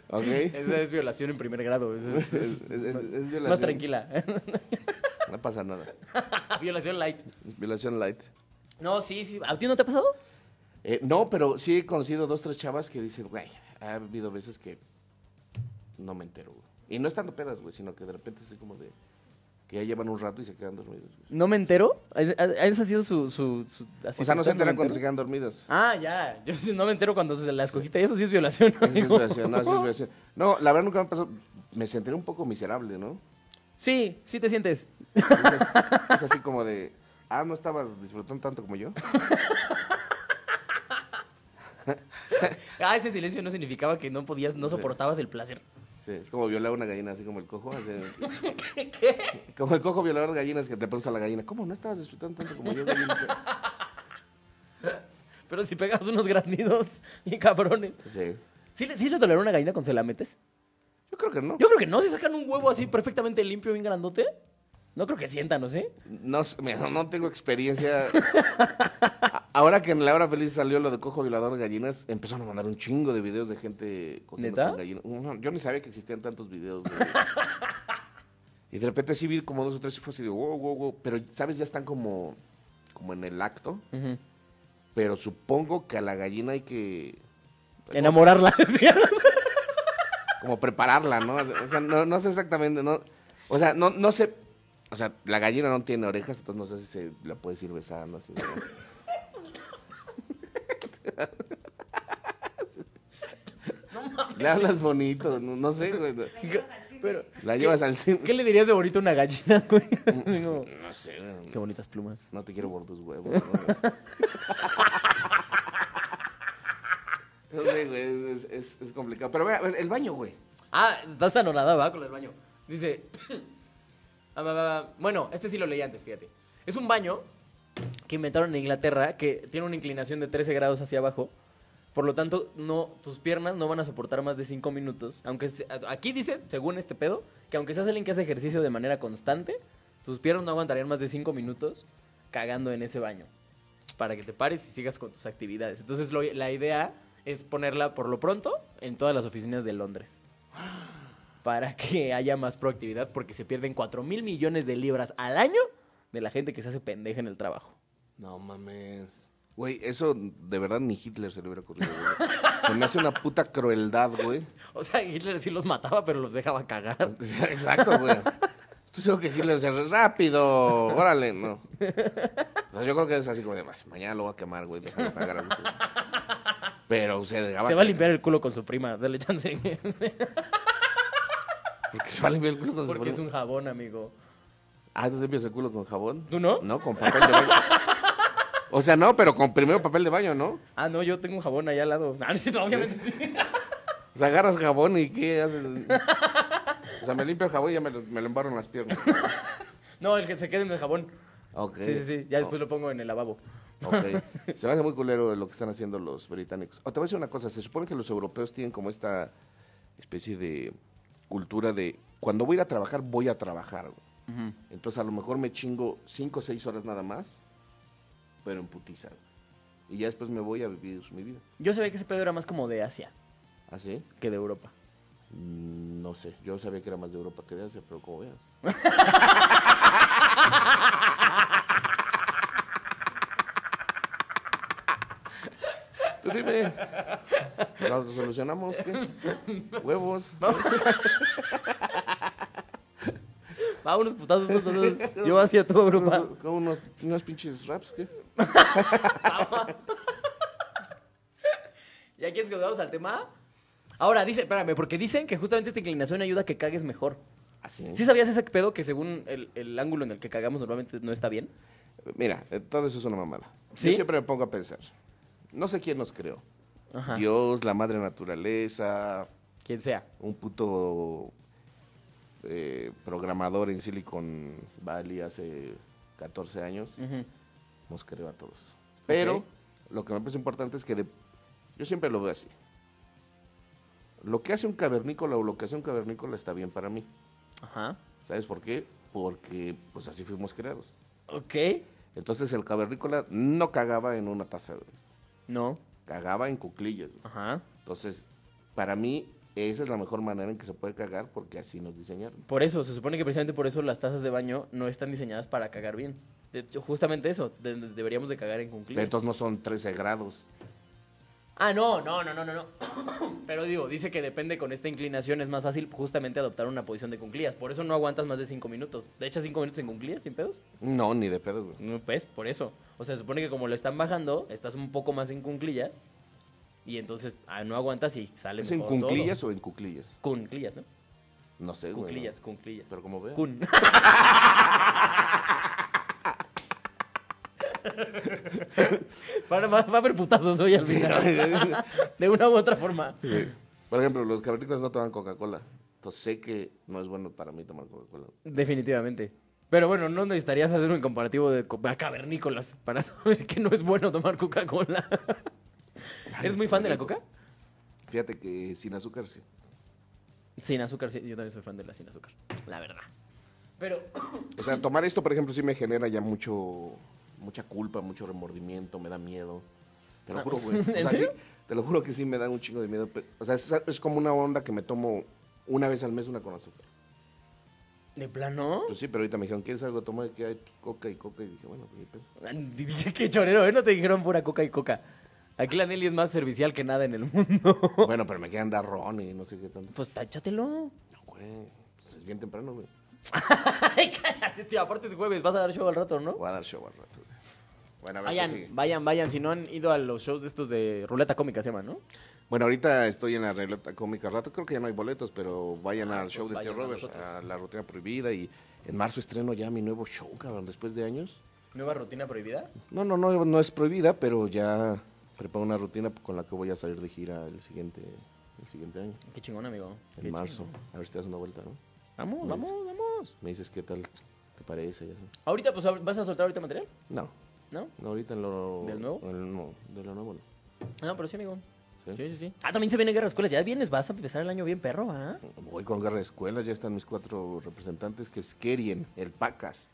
Speaker 2: Ok.
Speaker 1: Esa es violación en primer grado. eso es-
Speaker 2: Es, es- es- es violación.
Speaker 1: más tranquila. Ah,
Speaker 2: No pasa nada.
Speaker 1: violación light.
Speaker 2: Violación light.
Speaker 1: No, sí, sí. ¿A ti no te ha pasado?
Speaker 2: Eh, no, pero sí he conocido dos, tres chavas que dicen, güey, ha habido veces que no me entero, güey. Y no estando pedas, güey, sino que de repente así como de que ya llevan un rato y se quedan dormidas. güey.
Speaker 1: No me entero. ¿Esa ha sido su. su, su- así
Speaker 2: O sea, no se
Speaker 1: está, me
Speaker 2: enteran cuando se
Speaker 1: entero?
Speaker 2: quedan dormidas.
Speaker 1: Ah, ya. Yo sí no me entero cuando se la escogiste. Eso sí es violación.
Speaker 2: Esa es
Speaker 1: amigo.
Speaker 2: violación, no, esa es violación. No, la verdad nunca me pasó. Me sentiré un poco miserable, ¿no?
Speaker 1: Sí, sí te sientes.
Speaker 2: Entonces, es así como de, ah, no estabas disfrutando tanto como yo.
Speaker 1: Ah, ese silencio no significaba que no podías, no
Speaker 2: Sí.
Speaker 1: soportabas el placer.
Speaker 2: Sí, es como violar una gallina, así como el cojo. así- Como el cojo violador de gallinas que te pregunta a la gallina, ¿cómo no estabas disfrutando tanto como yo? gallina?"
Speaker 1: Pero si pegas unos graznidos y cabrones.
Speaker 2: Sí.
Speaker 1: ¿Sí le, sí le dolerá una gallina cuando se la metes?
Speaker 2: Yo creo que no.
Speaker 1: Yo creo que no. Si sacan un huevo así perfectamente limpio, bien grandote, no creo que sientan, ¿no sé?
Speaker 2: No, sé, mira, no- no tengo experiencia. A- Ahora que en la hora feliz salió lo de cojo violador de gallinas, empezaron a mandar un chingo de videos de gente cogiendo
Speaker 1: ¿Neta?
Speaker 2: con gallinas. Ujú, Yo ni sabía que existían tantos videos. de- y de repente sí vi como dos o tres y fue así de wow, wow, wow. Pero, ¿sabes? Ya están como, como en el acto. Pero supongo que a la gallina hay que
Speaker 1: Pues Enamorarla. decía.
Speaker 2: como prepararla, ¿no? O sea, no, no sé exactamente, no. O sea, no, no sé. O sea, la gallina no tiene orejas, entonces no sé si se la puedes ir besando así. ¿no? Le hablas bonito, no, no sé, güey.
Speaker 1: Pero,
Speaker 2: La llevas al cine.
Speaker 1: ¿Qué le dirías de bonito a una gallina, güey?
Speaker 2: Mm.
Speaker 1: Digo,
Speaker 2: No sé, güey.
Speaker 1: Qué bonitas plumas.
Speaker 2: No te quiero por tus huevos. No, No sé, güey, es, es- es complicado. Pero vea, a ver, el baño, güey.
Speaker 1: Ah, estás anonadada, va, con el baño. Dice. ah, va, va, va. bueno, este sí lo leí antes, fíjate. Es un baño que inventaron en Inglaterra que tiene una inclinación de 13 grados hacia abajo. Por lo tanto, no, tus piernas no van a soportar más de 5 minutos. Aunque se- aquí dice, según este pedo, que aunque seas alguien que hace ejercicio de manera constante, tus piernas no aguantarían más de 5 minutos cagando en ese baño. Pues, Para que te pares y sigas con tus actividades. Entonces, lo- la idea es ponerla por lo pronto en todas las oficinas de Londres para que haya más proactividad, porque se pierden 4 mil millones de libras al año de la gente que se hace pendeja en el trabajo.
Speaker 2: No mames. Güey, eso de verdad ni Hitler se le hubiera ocurrido. güey. Se me hace una puta crueldad, güey.
Speaker 1: O sea, Hitler sí los mataba, pero los dejaba cagar.
Speaker 2: Exacto, güey. Tú seguro que Hitler se rápido, órale, no. O sea, yo creo que es así como de, "Ay, mañana lo voy a quemar, güey, déjame pagar a gusto". Pero se dejaba
Speaker 1: Se va a
Speaker 2: cagar. Pues
Speaker 1: limpiar el culo con su prima, dale chance.
Speaker 2: Porque se va a limpiar el culo con
Speaker 1: Porque es
Speaker 2: jabón.
Speaker 1: un jabón, amigo.
Speaker 2: Ah, ¿tú te limpias el culo con jabón?
Speaker 1: ¿Tú no?
Speaker 2: No, con papel de baño. O sea, no, pero con primero papel de baño, ¿no?
Speaker 1: Ah, no, yo tengo un jabón allá al lado. Ah, no, sí, no, obviamente sí.
Speaker 2: O sea, agarras jabón y ¿qué haces? O sea, me limpio el jabón y ya me lo, me lo embarro en las piernas.
Speaker 1: No, el que se quede en el jabón.
Speaker 2: Ok. Oh.
Speaker 1: Sí, sí, sí. Ya después lo pongo en el lavabo.
Speaker 2: Ok. Se me hace muy culero lo que están haciendo los británicos. O te voy a decir una cosa. Se supone que los europeos tienen como esta especie de cultura de cuando voy a ir a trabajar, voy a trabajar. güey. Entonces a lo mejor me chingo cinco o seis horas nada más, pero en putiza. güey. Y ya después me voy a vivir mi vida.
Speaker 1: Yo sabía que ese pedo era más como de Asia
Speaker 2: ¿Así?
Speaker 1: que de Europa.
Speaker 2: Mm, No sé, yo sabía que era más de Europa que de Asia, pero como veas. Tú dime, ¿lo solucionamos? ¿Qué? ¿Huevos?
Speaker 1: Va, unos putazos, unos putazos. Yo hacia toda Europa.
Speaker 2: ¿Con unos, unos pinches raps? ¿Qué?
Speaker 1: ¿Ya quieres que volvamos al tema? Ahora, dice, espérame, porque dicen que justamente esta inclinación ayuda a que cagues mejor.
Speaker 2: Así.
Speaker 1: ¿Sí sabías ese pedo que según el, el ángulo en el que cagamos normalmente no está bien?
Speaker 2: Mira, eh, todo eso es una mamada.
Speaker 1: ¿Sí?
Speaker 2: Yo siempre me pongo a pensar. No sé quién nos creó.
Speaker 1: Ajá.
Speaker 2: Dios, la madre naturaleza,
Speaker 1: Quien sea.
Speaker 2: un puto eh, programador en Silicon Valley hace 14 años, nos creó a todos. Pero
Speaker 1: Ok.
Speaker 2: Lo que me parece importante es que de- yo siempre lo veo así. Lo que hace un cavernícola o lo que hace un cavernícola está bien para mí.
Speaker 4: Ajá.
Speaker 2: ¿Sabes por qué? Porque pues así fuimos creados.
Speaker 4: Ok.
Speaker 2: Entonces el cavernícola no cagaba en una taza, güey.
Speaker 4: No.
Speaker 2: cagaba en cuclillas. güey.
Speaker 4: Ajá.
Speaker 2: Entonces, para mí, esa es la mejor manera en que se puede cagar porque así nos diseñaron.
Speaker 1: Por eso, se supone que precisamente por eso las tazas de baño no están diseñadas para cagar bien. De hecho, justamente eso, de- de- deberíamos de cagar en
Speaker 2: Pero
Speaker 1: cunclillas.
Speaker 2: entonces no son 13 grados.
Speaker 1: Ah, no, no, no, no, no, no. Pero digo, dice que depende con esta inclinación, es más fácil justamente adoptar una posición de cunclillas. Por eso no aguantas más de cinco minutos. ¿De hecho cinco minutos en cunclillas sin pedos?
Speaker 2: No, ni de pedo, güey.
Speaker 1: No, pues, por eso. O sea, se supone que como lo están bajando, estás un poco más en cunclillas. Y entonces ah, no aguantas y sale
Speaker 2: ¿Es en
Speaker 1: mejor todo.
Speaker 2: cunclillas o en cuclillas?
Speaker 1: Cunclillas, ¿no?
Speaker 2: No sé, güey.
Speaker 1: Cunclillas, cunclillas.
Speaker 2: Pero como veo.
Speaker 1: Cun. Van- va, va a haber putazos hoy al final. De una u otra forma.
Speaker 2: Por ejemplo, los cavernícolas no toman Coca-Cola. Entonces sé que no es bueno para mí tomar Coca-Cola.
Speaker 1: Definitivamente. Pero bueno, no necesitarías hacer un comparativo de co- a cavernícolas para saber que no es bueno tomar Coca-Cola. ¿Eres muy fan de la Coca?
Speaker 2: Fíjate que sin azúcar sí.
Speaker 1: Sin azúcar, sí. Yo también soy fan de la sin azúcar. La verdad. Pero
Speaker 2: O sea, tomar esto, por ejemplo, sí me genera ya mucho, mucha culpa, mucho remordimiento, me da miedo. Te lo juro, güey. O
Speaker 1: Ah,
Speaker 2: sea,
Speaker 1: pues, ¿En
Speaker 2: sí,
Speaker 1: serio?
Speaker 2: te lo juro que sí me da un chingo de miedo. pe- O sea, es, es como una onda que me tomo una vez al mes una con azúcar.
Speaker 1: ¿De plano?
Speaker 2: Pues sí, pero ahorita me dijeron, ¿quieres algo? Toma que hay coca y coca. Y dije, bueno, pues ni pedo.
Speaker 1: Dije que chorero, ¿eh? No te dijeron pura coca y coca. Aquí la Nelly es más servicial que nada en el mundo.
Speaker 2: Bueno, pero me quedan dar ron y no sé qué tanto.
Speaker 1: Pues táchatelo.
Speaker 2: No, güey. Pues es bien temprano, güey.
Speaker 1: Ay, cállate, tío. Aparte es jueves, vas a dar show al rato, ¿no?
Speaker 2: Voy a dar show al rato. güey. Bueno, a ver qué
Speaker 4: Vayan,
Speaker 2: sigue.
Speaker 4: vayan, vayan. Si no han ido a los shows de estos de ruleta cómica, se llama, ¿no?
Speaker 2: Bueno, ahorita estoy en la relata cómica al rato, creo que ya no hay boletos, pero vayan al show de
Speaker 4: vayan
Speaker 2: Tío
Speaker 4: con
Speaker 2: Robert,
Speaker 4: nosotros.
Speaker 2: a la rutina prohibida y en marzo estreno ya mi nuevo show, cabrón, después de años.
Speaker 1: Nueva rutina prohibida.
Speaker 2: No, no, no, no es prohibida, pero ya preparo una rutina con la que voy a salir de gira el siguiente, el siguiente año,
Speaker 1: Qué chingón, amigo.
Speaker 2: en
Speaker 1: Qué
Speaker 2: marzo.
Speaker 1: chingón.
Speaker 2: A ver si te das una vuelta, ¿no?
Speaker 1: Vamos,
Speaker 2: Nice.
Speaker 1: vamos, vamos.
Speaker 2: Me dices qué tal te parece y así.
Speaker 1: Ahorita, pues, ¿vas a soltar ahorita material?
Speaker 2: No,
Speaker 1: ¿No?
Speaker 2: no, ahorita en lo...
Speaker 1: ¿Del nuevo?
Speaker 2: en lo nuevo, de lo nuevo no.
Speaker 1: No, Ah, pero sí, amigo.
Speaker 2: ¿sí?
Speaker 1: Sí, sí, sí. Ah, también se viene Guerra de Escuelas. Ya vienes, vas a empezar el año bien perro, ¿ah?
Speaker 2: Voy con guerra de escuelas, ya están mis cuatro representantes, que es Kerien, el Pacas,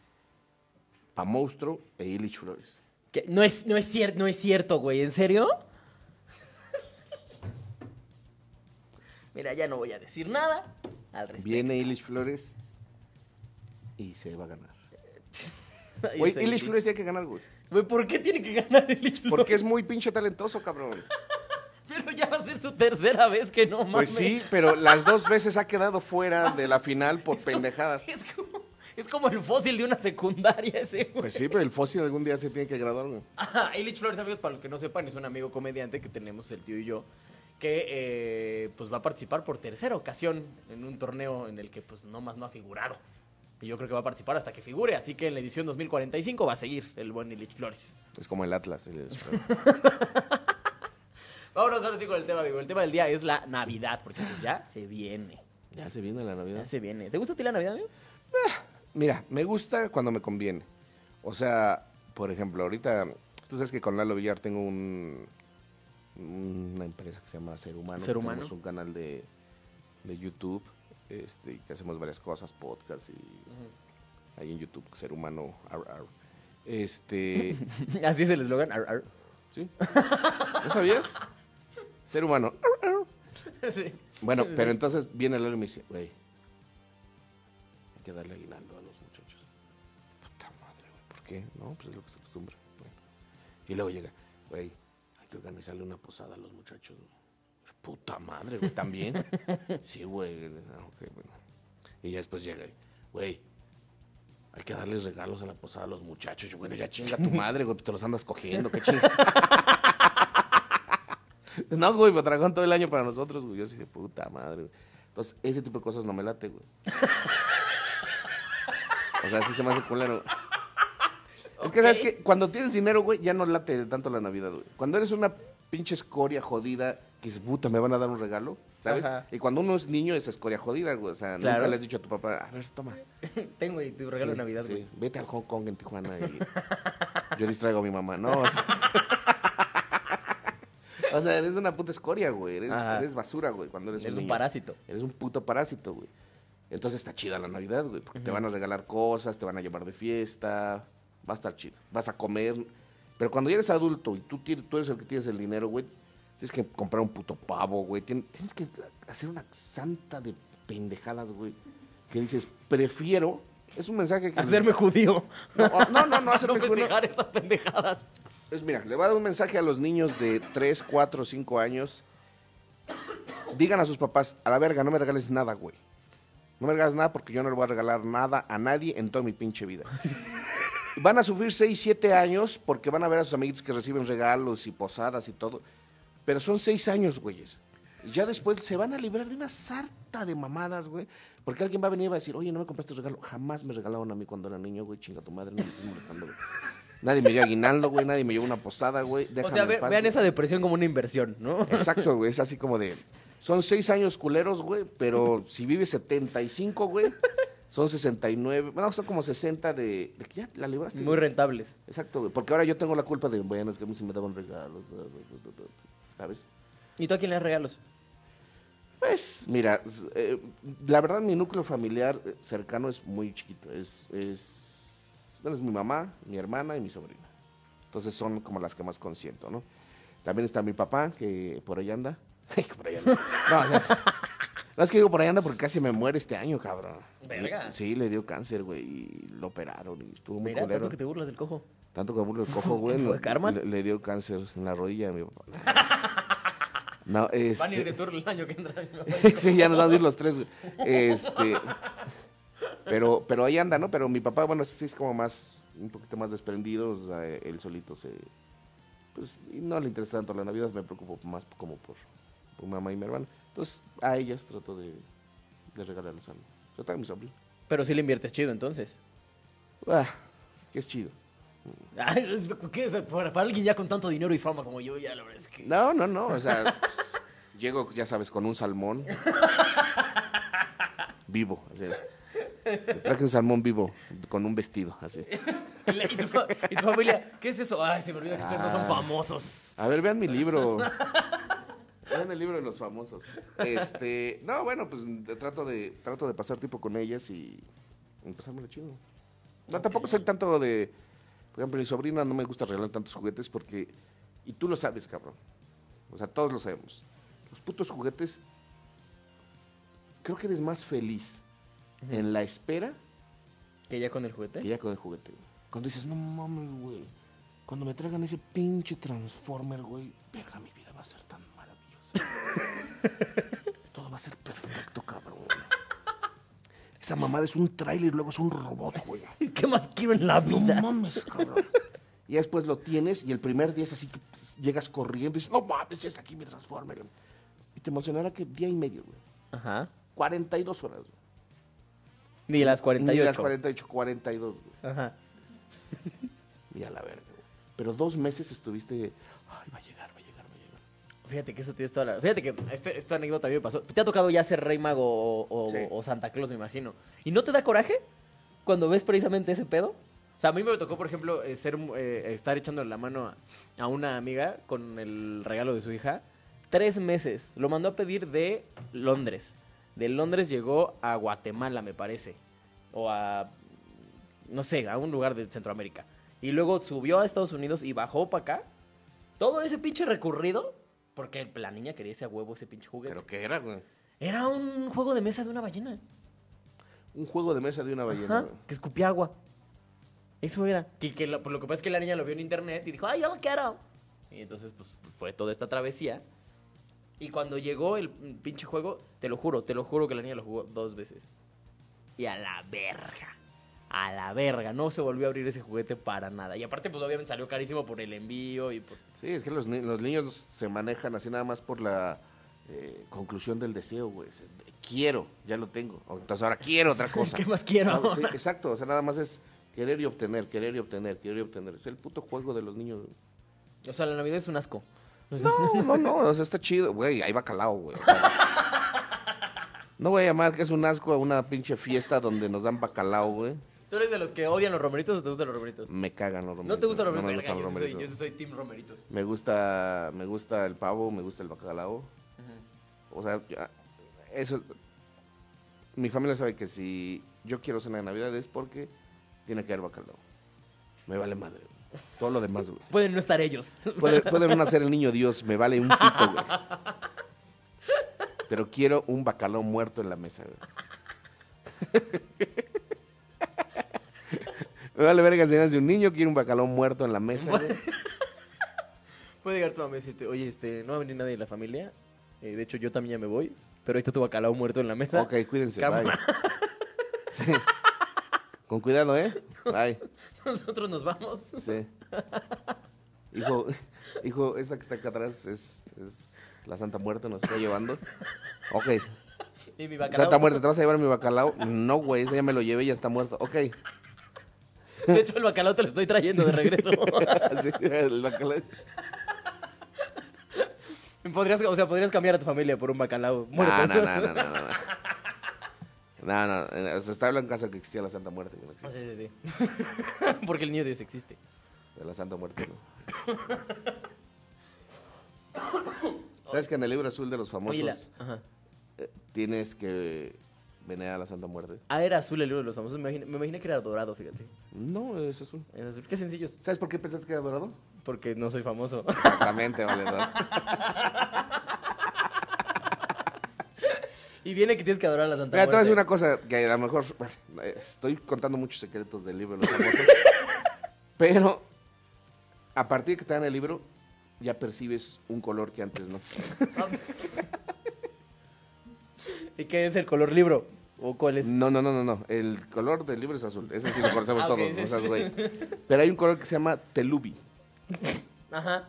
Speaker 2: Pa Monstruo e Illich Flores.
Speaker 1: ¿Qué? No es, no es cierto, no es cierto, güey. ¿En serio? Mira, ya no voy a decir nada al respecto.
Speaker 2: Viene Illich Flores y se va a ganar.
Speaker 1: Ay,
Speaker 2: Güey,
Speaker 1: ese
Speaker 2: Illich
Speaker 1: Illich.
Speaker 2: Flores tiene que ganar, güey.
Speaker 1: Güey, ¿por qué tiene que ganar Illich Flores?
Speaker 2: Porque es muy pinche talentoso, cabrón.
Speaker 1: Pero ya va a ser su tercera vez que no mames.
Speaker 2: Pues sí, pero las dos veces ha quedado fuera de la final por
Speaker 1: Es como-
Speaker 2: pendejadas.
Speaker 1: Es como, es como el fósil de una secundaria ese, güey.
Speaker 2: Pues sí, pero el fósil algún día se tiene que graduar, güey.
Speaker 4: Ajá, Illich Flores, amigos, para los que no sepan, es un amigo comediante que tenemos el tío y yo, que eh, pues va a participar por tercera ocasión en un torneo en el que pues nomás no ha figurado. Y yo creo que va a participar hasta que figure, así que en la edición 2045 va a seguir el buen Illich Flores.
Speaker 2: Es como el Atlas. el-
Speaker 4: Vámonos ahora sí con el tema, amigo. El tema del día es la Navidad, porque pues, ya
Speaker 1: Se viene,
Speaker 2: Ya se viene la Navidad.
Speaker 1: ya se viene. ¿Te gusta a ti la Navidad, amigo?
Speaker 2: Mira, me gusta cuando me conviene. O sea, por ejemplo, ahorita, tú sabes que con Lalo Villar tengo un, una empresa que se llama Ser Humano.
Speaker 1: Ser
Speaker 2: que
Speaker 1: Humano.
Speaker 2: Tenemos un canal de, de YouTube, este, y que hacemos varias cosas, podcast y ahí en YouTube, Ser Humano. ar, ar. Este,
Speaker 1: Así es el eslogan. ar, ar.
Speaker 2: ¿sí? ¿No sabías? Ser Humano. ar, ar.
Speaker 1: Sí.
Speaker 2: Bueno, pero entonces viene Lalo y me dice, güey, hay que darle aguinaldo a los muchachos. Puta madre, güey, ¿por qué? No, pues es lo que se acostumbra. Bueno. Y luego llega, güey, hay que organizarle una posada a los muchachos. güey. Puta madre, güey, ¿también? sí, güey. ah, ok, bueno. Y ya después llega, güey, hay que darles regalos a la posada a los muchachos. Yo, bueno, ya chinga tu madre, güey, pues te los andas cogiendo, qué chinga. No, güey, me tragan todo el año para nosotros, güey. Yo así de puta madre, güey. Entonces, ese tipo de cosas no me late, güey. O sea, sí se me hace culero. Es que, ¿sabes qué? Cuando tienes dinero, güey, ya no late tanto la Navidad, güey. Cuando eres una pinche escoria jodida, que dices, puta, me van a dar un regalo, ¿sabes?
Speaker 1: Ajá.
Speaker 2: Y cuando uno es niño, es escoria jodida, güey. O sea,
Speaker 1: Claro.
Speaker 2: nunca le has dicho a tu papá, a ver, toma.
Speaker 1: Tengo y tu regalo
Speaker 2: Sí,
Speaker 1: de Navidad,
Speaker 2: sí,
Speaker 1: güey.
Speaker 2: Vete al Hong Kong en Tijuana y yo distraigo a mi mamá. No, O sea, eres una puta escoria, güey. Eres,
Speaker 1: Ajá.
Speaker 2: eres basura, güey, cuando eres,
Speaker 1: Eres un
Speaker 2: niño.
Speaker 1: parásito.
Speaker 2: Eres un puto parásito, güey. Entonces está chida la Navidad, güey, porque te van a regalar cosas, te van a llevar de fiesta, va a estar chido. Vas a comer. Pero cuando ya eres adulto y tú, ti- tú eres el que tienes el dinero, güey, tienes que comprar un puto pavo, güey. Tien- Tienes que hacer una santa de pendejadas, güey. Que dices, prefiero. Es un mensaje que.
Speaker 1: Hacerme judío.
Speaker 2: No, no, no, no, hacerme
Speaker 1: No
Speaker 2: judío, no.
Speaker 1: festejar estas pendejadas.
Speaker 2: Pues mira, le va a dar un mensaje a los niños de 3, 4, 5 años. Digan a sus papás, a la verga, no me regales nada, güey. No me regales nada porque yo no le voy a regalar nada a nadie en toda mi pinche vida. Van a sufrir 6, 7 años porque van a ver a sus amiguitos que reciben regalos y posadas y todo. Pero son 6 años, güeyes. Ya después se van a librar de una sarta de mamadas, güey. Porque alguien va a venir y va a decir, oye, no me compraste regalo. Jamás me regalaron a mí cuando era niño, güey. Chinga tu madre, no me estés molestando, güey. Nadie me dio aguinaldo, güey. Nadie me dio una posada, güey.
Speaker 1: O sea,
Speaker 2: déjame
Speaker 1: ve-
Speaker 2: en paz,
Speaker 1: vean
Speaker 2: güey". Este.
Speaker 1: esa depresión como una inversión, ¿no?
Speaker 2: Exacto, güey. Es así como de. Son seis años culeros, güey, pero si vives 75, güey, son 69. Bueno, son como 60 de. de que ya la libraste.
Speaker 1: Muy
Speaker 2: güey.
Speaker 1: rentables.
Speaker 2: Exacto, güey. Porque ahora yo tengo la culpa de, bueno, es que a mí sí me daban regalos, bla, bla, bla, bla, bla, ¿sabes?
Speaker 1: ¿Y tú a quién le das regalos?
Speaker 2: Pues, mira, s- eh, la verdad mi núcleo familiar eh, cercano es muy chiquito. Es, es, bueno, es mi mamá, mi hermana y mi sobrina. Entonces son como las que más consiento, ¿no? También está mi papá, que por ahí anda. por ahí anda. No, o sea, no, es que digo por ahí anda porque casi me muere este año, cabrón.
Speaker 1: Verga.
Speaker 2: Sí, le dio cáncer, güey, y lo operaron y estuvo muy
Speaker 1: Mira,
Speaker 2: culero.
Speaker 1: tanto que te burlas del cojo.
Speaker 2: Tanto que burlo el cojo, güey.
Speaker 1: ¿Fue
Speaker 2: lo-
Speaker 1: karma?
Speaker 2: Le, le dio cáncer en la rodilla a mi papá. No, es.
Speaker 1: Van a ir de tour el año que entra.
Speaker 2: sí, ya nos vamos a ir los tres, güey. Este. Pero, pero ahí anda, ¿no? Pero mi papá, bueno, sí es como más, un poquito más desprendido, o sea, él solito se... Pues y no le interesa tanto la Navidad, me preocupo más como por, por mamá y mi hermana. Entonces, a ellas trato de, de regalarles algo. Yo también mi sobrino.
Speaker 1: Pero sí le inviertes chido, entonces.
Speaker 2: Ah, que es chido.
Speaker 1: Ay, ¿Qué es? Para, para alguien ya con tanto dinero y fama como yo, ya la verdad es que...
Speaker 2: No, no, no, o sea, pues, llego, ya sabes, con un salmón. vivo, así. Traje un salmón vivo, con un vestido, así.
Speaker 1: Y, la- y tu, fa- y tu familia, ¿qué es eso? Ay, se me olvida que ustedes no son
Speaker 2: Ah.
Speaker 1: famosos.
Speaker 2: A ver, vean mi libro. vean el libro de los famosos. Este, no, bueno, pues de- trato de trato de pasar tiempo con ellas y y pasármelo chido. No, tampoco soy tanto de por ejemplo, mi sobrina no me gusta regalar tantos juguetes porque y tú lo sabes, cabrón. O sea, todos lo sabemos. Los putos juguetes creo que eres más feliz en la espera
Speaker 1: ¿Que ya con el juguete?
Speaker 2: que ya con el juguete, güey. Cuando dices, no mames, güey. Cuando me traigan ese pinche Transformer, güey. Verga, mi vida va a ser tan maravillosa. Todo va a ser perfecto, cabrón. Esa mamada es un tráiler, luego es un robot, güey.
Speaker 1: ¿Qué más quiero en la
Speaker 2: No
Speaker 1: vida?
Speaker 2: mames, cabrón. Y después lo tienes y el primer día es así que pues, llegas corriendo y dices, no mames, ya está aquí mi Transformer. Y te emocionará que día y medio, güey.
Speaker 1: Ajá.
Speaker 2: 42 horas, güey.
Speaker 1: Ni las
Speaker 2: Ni
Speaker 1: 48.
Speaker 2: las 48, 42, güey.
Speaker 1: Ajá.
Speaker 2: Y a la verga, güey. Pero dos meses estuviste. Ay, va a llegar, va a llegar, va a llegar.
Speaker 1: Fíjate que eso tienes toda la... Fíjate que este- esta anécdota a mí me pasó. Te ha tocado ya ser rey mago o, o-
Speaker 2: Sí.
Speaker 1: o Santa Claus, me imagino. ¿Y no te da coraje cuando ves precisamente ese pedo? O sea, a mí me tocó, por ejemplo, eh, ser, eh, estar echándole la mano a, a una amiga con el regalo de su hija. Tres meses. Lo mandó a pedir de Londres. De Londres llegó a Guatemala, me parece. O a no sé, a un lugar de Centroamérica. Y luego subió a Estados Unidos y bajó para acá. Todo ese pinche recurrido. Porque la niña quería ese a huevo, ese pinche juguete.
Speaker 2: ¿Pero qué era, güey?
Speaker 1: Era un juego de mesa de una ballena.
Speaker 2: Un juego de mesa de una ballena.
Speaker 1: Ajá,
Speaker 2: güey.
Speaker 1: que escupía agua. Eso era. Que, que lo, por lo que pasa es que la niña lo vio en internet y dijo, ¡ay, yo lo quiero! Y entonces, pues, fue toda esta travesía. Y cuando llegó el pinche juego, te lo juro, te lo juro que la niña lo jugó dos veces. Y a la verga. A la verga. No se volvió a abrir ese juguete para nada. Y aparte, pues, obviamente salió carísimo por el envío y por...
Speaker 2: Sí, es que los, ni- los niños se manejan así nada más por la eh, conclusión del deseo, güey. Se- Quiero, ya lo tengo. O- Entonces ahora quiero otra cosa.
Speaker 1: ¿Qué más quiero
Speaker 2: No, sí,
Speaker 1: ahora?
Speaker 2: exacto, o sea, nada más es querer y obtener, querer y obtener, querer y obtener. Es el puto juego de los niños. güey.
Speaker 1: O sea, la Navidad es un asco.
Speaker 2: No, no, no, o sea, está chido, güey, ahí va calado, güey. o sea. no voy a llamar que es un asco a una pinche fiesta donde nos dan bacalao, güey.
Speaker 1: ¿Tú eres de los que odian los romeritos o te gustan los romeritos?
Speaker 2: Me cagan los romeritos.
Speaker 1: ¿No te gustan los
Speaker 2: me
Speaker 1: romeritos?
Speaker 2: gustan
Speaker 1: Verga, yo,
Speaker 2: los
Speaker 1: sí soy, yo
Speaker 2: romeritos.
Speaker 1: sí soy team romeritos.
Speaker 2: Me gusta, me gusta el pavo, me gusta el bacalao. O sea, yo- eso. Mi familia sabe que si yo quiero cena de Navidad es porque tiene que haber bacalao. Me vale madre. güey. Todo lo demás, güey.
Speaker 1: Pueden no estar ellos.
Speaker 2: Puede, puede no nacer el niño Dios, me vale un pito, güey. Pero quiero un bacalao muerto en la mesa, güey. Me vale verga si nace un niño, quiero un bacalao muerto en la mesa, güey.
Speaker 1: Puede llegar tu mamá y decirte, oye, este, no va a venir nadie de la familia. Eh, de hecho, yo también ya me voy. Pero ahí está tu bacalao muerto en la mesa.
Speaker 2: Ok, cuídense,
Speaker 1: Cama.
Speaker 2: bye. Sí. Con cuidado, ¿eh? Bye.
Speaker 1: Nosotros nos vamos.
Speaker 2: Sí. Hijo, hijo, esta que está acá atrás es, es la Santa Muerte, nos está llevando. Ok.
Speaker 1: Y mi
Speaker 2: Santa
Speaker 1: bacalao.
Speaker 2: Muerte, ¿te vas a llevar mi bacalao? No, güey, ese ya me lo llevé y ya está muerto. Ok.
Speaker 1: De hecho, el bacalao te lo estoy trayendo de regreso.
Speaker 2: Sí, el bacalao.
Speaker 1: podrías, o sea, podrías cambiar a tu familia por un bacalao
Speaker 2: No,
Speaker 1: muerto.
Speaker 2: no, no, no, no, no. No, no, eh, se está hablando en casa que existía la Santa Muerte. que no existe.
Speaker 1: Sí, sí, sí. Porque el niño Dios existe.
Speaker 2: De la Santa Muerte, ¿no? ¿Sabes que en el libro azul de los famosos
Speaker 1: Oye, la- ajá.
Speaker 2: eh, tienes que venerar a la Santa Muerte?
Speaker 1: Ah, era azul el libro de los famosos. Me imaginé, me imaginé que era dorado, fíjate.
Speaker 2: No, ese es azul.
Speaker 1: Era azul. Qué sencillos.
Speaker 2: ¿Sabes por qué pensaste que era dorado?
Speaker 1: Porque no soy famoso.
Speaker 2: Exactamente, valedor.
Speaker 1: y viene que tienes que adorar a la Santa
Speaker 2: Mira, te voy a
Speaker 1: Muerte.
Speaker 2: decir una cosa que a lo mejor. bueno, estoy contando muchos secretos del libro, de los famosos, pero a partir de que te dan el libro, ya percibes un color que antes no.
Speaker 1: ¿Y qué es el color libro? ¿O cuál es?
Speaker 2: No, no, no, no, no. El color del libro es azul. Ese sí lo conocemos
Speaker 1: Ah, ok,
Speaker 2: todos,
Speaker 1: sí,
Speaker 2: no seas
Speaker 1: sí.
Speaker 2: güey. Pero hay un color que se llama telubi.
Speaker 1: Ajá.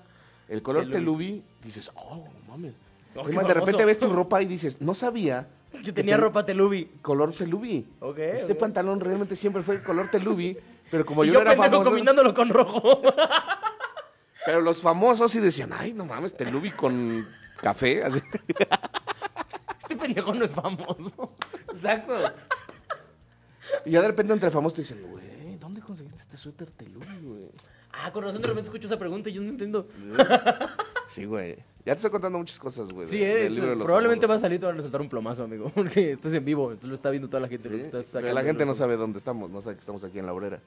Speaker 2: El color
Speaker 1: Telubi.
Speaker 2: telubi, dices, oh, mames.
Speaker 1: Oh,
Speaker 2: Es
Speaker 1: qué
Speaker 2: más,
Speaker 1: famoso.
Speaker 2: de repente ves tu ropa y dices, no sabía
Speaker 1: Que tenía
Speaker 2: ten-
Speaker 1: ropa telubi.
Speaker 2: color telubi.
Speaker 1: Ok,
Speaker 2: este
Speaker 1: ok.
Speaker 2: pantalón realmente siempre fue el color telubi, pero como
Speaker 1: Y
Speaker 2: yo,
Speaker 1: yo
Speaker 2: no era
Speaker 1: pendejo
Speaker 2: famoso,
Speaker 1: combinándolo con rojo.
Speaker 2: Pero los famosos sí decían, ay, no mames, Telubi con café. así.
Speaker 1: este pendejo no es famoso.
Speaker 2: Exacto. Y ya de repente entre famosos te dicen, güey, ¿dónde conseguiste este suéter Telubi, güey?
Speaker 1: Ah, con razón de repente escucho esa pregunta y yo no entiendo.
Speaker 2: Sí, güey. Ya te estoy contando muchas cosas, güey.
Speaker 1: Sí,
Speaker 2: de-
Speaker 1: eh,
Speaker 2: del libro de los
Speaker 1: probablemente va
Speaker 2: famosos.
Speaker 1: a salir y te van a soltar un plomazo, amigo. Porque esto es en vivo, esto lo está viendo toda la gente. lo que
Speaker 2: Sí,
Speaker 1: estás
Speaker 2: pero
Speaker 1: sacando
Speaker 2: la gente no
Speaker 1: resumen.
Speaker 2: sabe dónde estamos, no sabe que estamos aquí en la obrera.